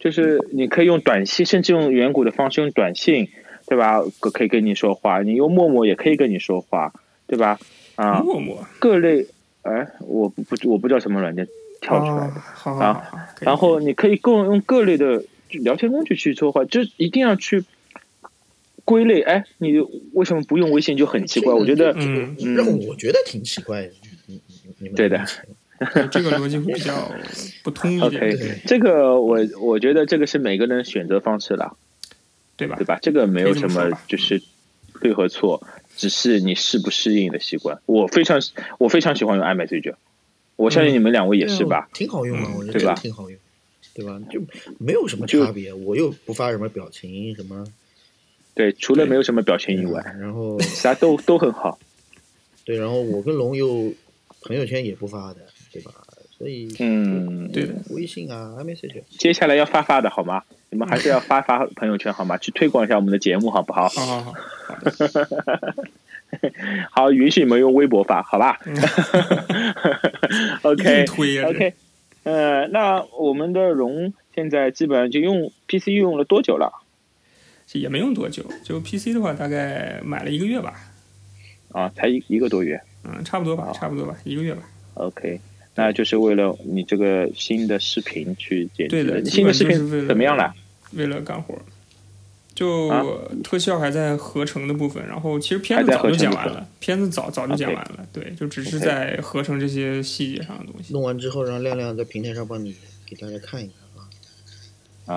[SPEAKER 1] 就是你可以用短信，甚至用远古的方式用短信，对吧？可可以跟你说话，你用陌陌也可以跟你说话，对吧？啊，
[SPEAKER 2] 陌陌，
[SPEAKER 1] 各类哎，我不不我不知道什么软件跳出来的。
[SPEAKER 2] 哦好好
[SPEAKER 1] 然
[SPEAKER 2] 好好，可以
[SPEAKER 1] 然后你可以各用各类的聊天工具去说话，就一定要去归类。哎，你为什么不用微信就很奇怪？我觉得，
[SPEAKER 2] 嗯
[SPEAKER 3] 这个让我觉得挺奇怪的。你你你们
[SPEAKER 1] 对的
[SPEAKER 2] 可以这个逻辑会比较不通 一
[SPEAKER 1] OK
[SPEAKER 2] 点，
[SPEAKER 3] 对
[SPEAKER 1] 这个我我觉得这个是每个人选择方式了，
[SPEAKER 2] 对吧
[SPEAKER 1] 对？吧？这个没有什
[SPEAKER 2] 可以这么说
[SPEAKER 1] 么
[SPEAKER 2] 吧
[SPEAKER 1] 就是对和错，只是你适不适应的习惯。我非常我非常喜欢用 iMessage，我相信你们两位也是吧？？
[SPEAKER 3] 挺好用啊，
[SPEAKER 2] 嗯
[SPEAKER 3] 我觉得
[SPEAKER 1] 对吧
[SPEAKER 3] 真的挺好用，对吧？就没有什么差别，我又不发什么表情什么
[SPEAKER 1] 对，除了没有什么表情以外，
[SPEAKER 3] 然后
[SPEAKER 1] 其他都都很好。
[SPEAKER 3] 对，然后我跟龙又朋友圈也不发的，对吧？所以
[SPEAKER 1] 嗯，
[SPEAKER 2] 对的，
[SPEAKER 3] 微信啊，iMessage
[SPEAKER 1] 接下来要发发的好吗？你们还是要发发朋友圈 好吗？去推广一下我们的节目好不好？
[SPEAKER 2] 好好好，
[SPEAKER 1] 好，允许你们用微博发， 好吧
[SPEAKER 2] 嗯硬
[SPEAKER 1] ？OK
[SPEAKER 2] 推啊这
[SPEAKER 1] OK，呃，那我们的荣现在基本上就用 PC 用了多久了？
[SPEAKER 2] 这也没用多久，就 PC 的话大概买了一个月吧，
[SPEAKER 1] 啊，才一一个多月。
[SPEAKER 2] 嗯，差不多吧，
[SPEAKER 1] 好
[SPEAKER 2] 差不多吧，一个月吧。
[SPEAKER 1] OK，那就是为了你这个新的视频去剪辑
[SPEAKER 2] 对的
[SPEAKER 1] 你
[SPEAKER 2] 基
[SPEAKER 1] 新的
[SPEAKER 2] 本
[SPEAKER 1] 视
[SPEAKER 2] 就是为
[SPEAKER 1] 频
[SPEAKER 2] 了
[SPEAKER 1] 怎么样了？
[SPEAKER 2] 为了干活儿。就、
[SPEAKER 1] 啊
[SPEAKER 2] 特效还在合成的部分，然后其实片
[SPEAKER 1] 还
[SPEAKER 2] 子
[SPEAKER 1] 在
[SPEAKER 2] 早就
[SPEAKER 1] 合成
[SPEAKER 2] 讲
[SPEAKER 1] 部
[SPEAKER 2] 完
[SPEAKER 1] 分
[SPEAKER 2] 了，片子早早就讲
[SPEAKER 1] OK
[SPEAKER 2] 完了对，就只是
[SPEAKER 1] OK
[SPEAKER 2] 在合成这些细节上的东西。
[SPEAKER 3] 弄完之后，让亮亮在平台上帮你给大家看一看啊。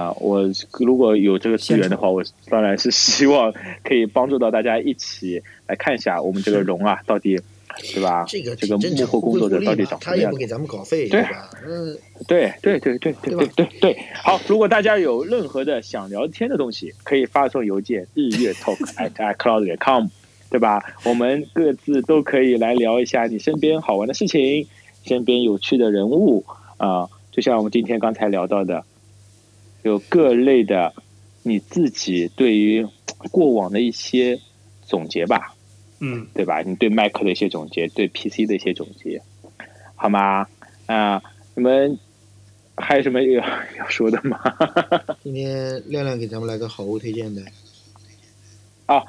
[SPEAKER 1] 啊，我如果有这个资源的
[SPEAKER 2] 现
[SPEAKER 1] 话，我当然是希望可以帮助到大家一起来看一下我们这个荣啊，到底对吧？
[SPEAKER 3] 这个
[SPEAKER 1] 这
[SPEAKER 3] 挺
[SPEAKER 1] 个
[SPEAKER 3] 正
[SPEAKER 1] 幕
[SPEAKER 3] 常，
[SPEAKER 1] 后
[SPEAKER 3] 互
[SPEAKER 1] 工
[SPEAKER 3] 惠
[SPEAKER 1] 作
[SPEAKER 3] 互
[SPEAKER 1] 者
[SPEAKER 3] 利
[SPEAKER 1] 到底
[SPEAKER 3] 嘛
[SPEAKER 1] 长，什
[SPEAKER 3] 他
[SPEAKER 1] 么
[SPEAKER 3] 也
[SPEAKER 1] 样
[SPEAKER 3] 不
[SPEAKER 1] 子？
[SPEAKER 3] 给咱们稿费，
[SPEAKER 1] 对
[SPEAKER 3] 吧？嗯，
[SPEAKER 1] 对对对对对
[SPEAKER 3] 对
[SPEAKER 1] 对
[SPEAKER 3] 吧
[SPEAKER 1] 对对。好，如果大家有任何的想聊天的东西，可以发送邮件日月 talk at icloud com，对吧？我们各自都可以来聊一下你身边好玩的事情，身边有趣的人物啊、就像我们今天刚才聊到的，有各类的你自己对于过往的一些总结吧。
[SPEAKER 2] 嗯，
[SPEAKER 1] 对吧？你对麦克的一些总结，对 PC 的一些总结，好吗？啊、你们还有什么要要说的吗？
[SPEAKER 3] 今天亮亮给咱们来个好物推荐呗。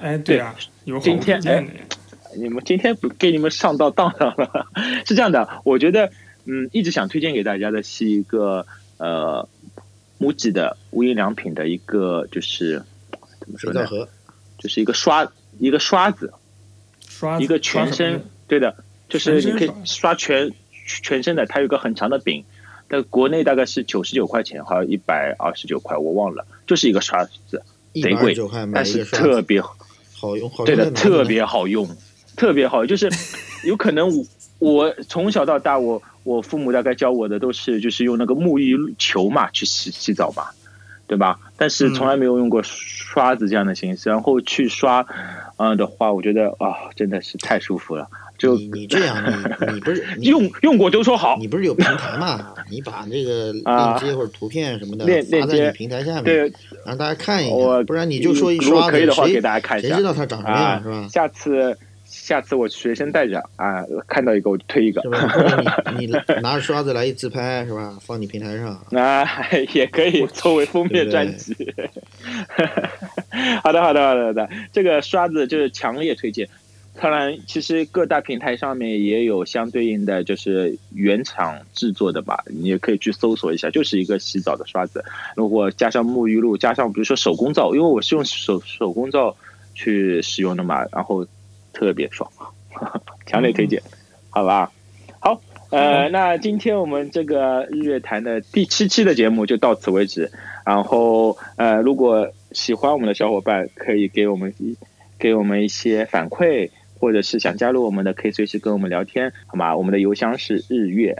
[SPEAKER 2] 哎，
[SPEAKER 1] 对
[SPEAKER 2] 啊，有好
[SPEAKER 1] 今
[SPEAKER 2] 多
[SPEAKER 1] 天哎
[SPEAKER 2] 推荐的呀
[SPEAKER 1] 你们今天不给你们上到当上了，是这样的，我觉得，嗯，一直想推荐给大家的是一个呃，MUJI 的无印良品的一个就是怎么
[SPEAKER 3] 肥
[SPEAKER 1] 说
[SPEAKER 3] 皂
[SPEAKER 1] 呢，
[SPEAKER 3] 盒，
[SPEAKER 1] 就是一个刷一个刷子，
[SPEAKER 2] 刷
[SPEAKER 1] 一个全
[SPEAKER 2] 刷什么
[SPEAKER 1] 身
[SPEAKER 2] 的，
[SPEAKER 1] 对的，就是你
[SPEAKER 2] 全身
[SPEAKER 1] 可以
[SPEAKER 2] 刷
[SPEAKER 1] 刷全全身的，它有个很长的柄，但国内大概是九十九块钱，还有一百二十九块，我忘了，就是一个刷子，
[SPEAKER 3] 一
[SPEAKER 1] 贼
[SPEAKER 3] 百
[SPEAKER 1] 贵
[SPEAKER 3] 二九块买
[SPEAKER 1] 但
[SPEAKER 3] 一个
[SPEAKER 1] 是
[SPEAKER 3] 刷
[SPEAKER 1] 特
[SPEAKER 3] 子，
[SPEAKER 1] 别
[SPEAKER 3] 好用，好用
[SPEAKER 1] 对
[SPEAKER 3] 在
[SPEAKER 1] 的，
[SPEAKER 3] 哪里
[SPEAKER 1] 特
[SPEAKER 3] 呢
[SPEAKER 1] 别好用，特别好用，就是有可能我我从小到大，我我父母大概教我的都是就是用那个沐浴球嘛去洗洗澡嘛，对吧？但是从
[SPEAKER 2] 嗯
[SPEAKER 1] 来没有用过刷子这样的形式，然后去刷，嗯、的话，我觉得啊，真的是太舒服了，就
[SPEAKER 3] 你你这样， 你你不是你
[SPEAKER 1] 用用过都说好，
[SPEAKER 3] 你不是有平台嘛？你把这个
[SPEAKER 1] 啊
[SPEAKER 3] 链接或者图片什么的
[SPEAKER 1] 链
[SPEAKER 3] 发
[SPEAKER 1] 链接
[SPEAKER 3] 在你平台下面，
[SPEAKER 1] 对，
[SPEAKER 3] 让大家看一
[SPEAKER 1] 我
[SPEAKER 3] 看，不然你就说一
[SPEAKER 1] 如果
[SPEAKER 3] 刷
[SPEAKER 1] 可以
[SPEAKER 3] 子，
[SPEAKER 1] 的话，给
[SPEAKER 3] 谁
[SPEAKER 1] 大家看一
[SPEAKER 3] 谁
[SPEAKER 1] 下
[SPEAKER 3] 知道它长什么
[SPEAKER 1] 啊
[SPEAKER 3] 样是吧？
[SPEAKER 1] 下次下次我随身带着啊，看到一个我就推一个
[SPEAKER 3] 是。吧？或者你你拿着刷子来一自拍是吧？放你平台上，
[SPEAKER 1] 那、啊 也可以作为封面专辑。 好的，好的，好的，好的。这个刷子就是强烈推荐。当然，其实各大平台上面也有相对应的，就是原厂制作的吧，你也可以去搜索一下，就是一个洗澡的刷子。如果加上沐浴露，加上比如说手工皂，因为我是用手手工皂去使用的嘛，然后特别爽，强烈推荐，好吧？好，呃，那今天我们这个日月潭的第七期的节目就到此为止。然后，呃，如果喜欢我们的小伙伴，可以给我们一给我们一些反馈，或者是想加入我们的，可以随时跟我们聊天，好吗？我们的邮箱是日月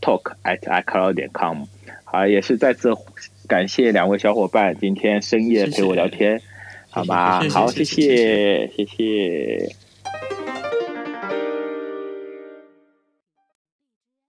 [SPEAKER 1] talk at icloud 点 com。好，也是再次感谢两位小伙伴今天深夜陪我聊天，好吧？
[SPEAKER 2] 谢谢
[SPEAKER 1] 好，
[SPEAKER 2] 谢
[SPEAKER 1] 谢
[SPEAKER 2] 谢
[SPEAKER 1] 谢，谢
[SPEAKER 2] 谢
[SPEAKER 1] 谢。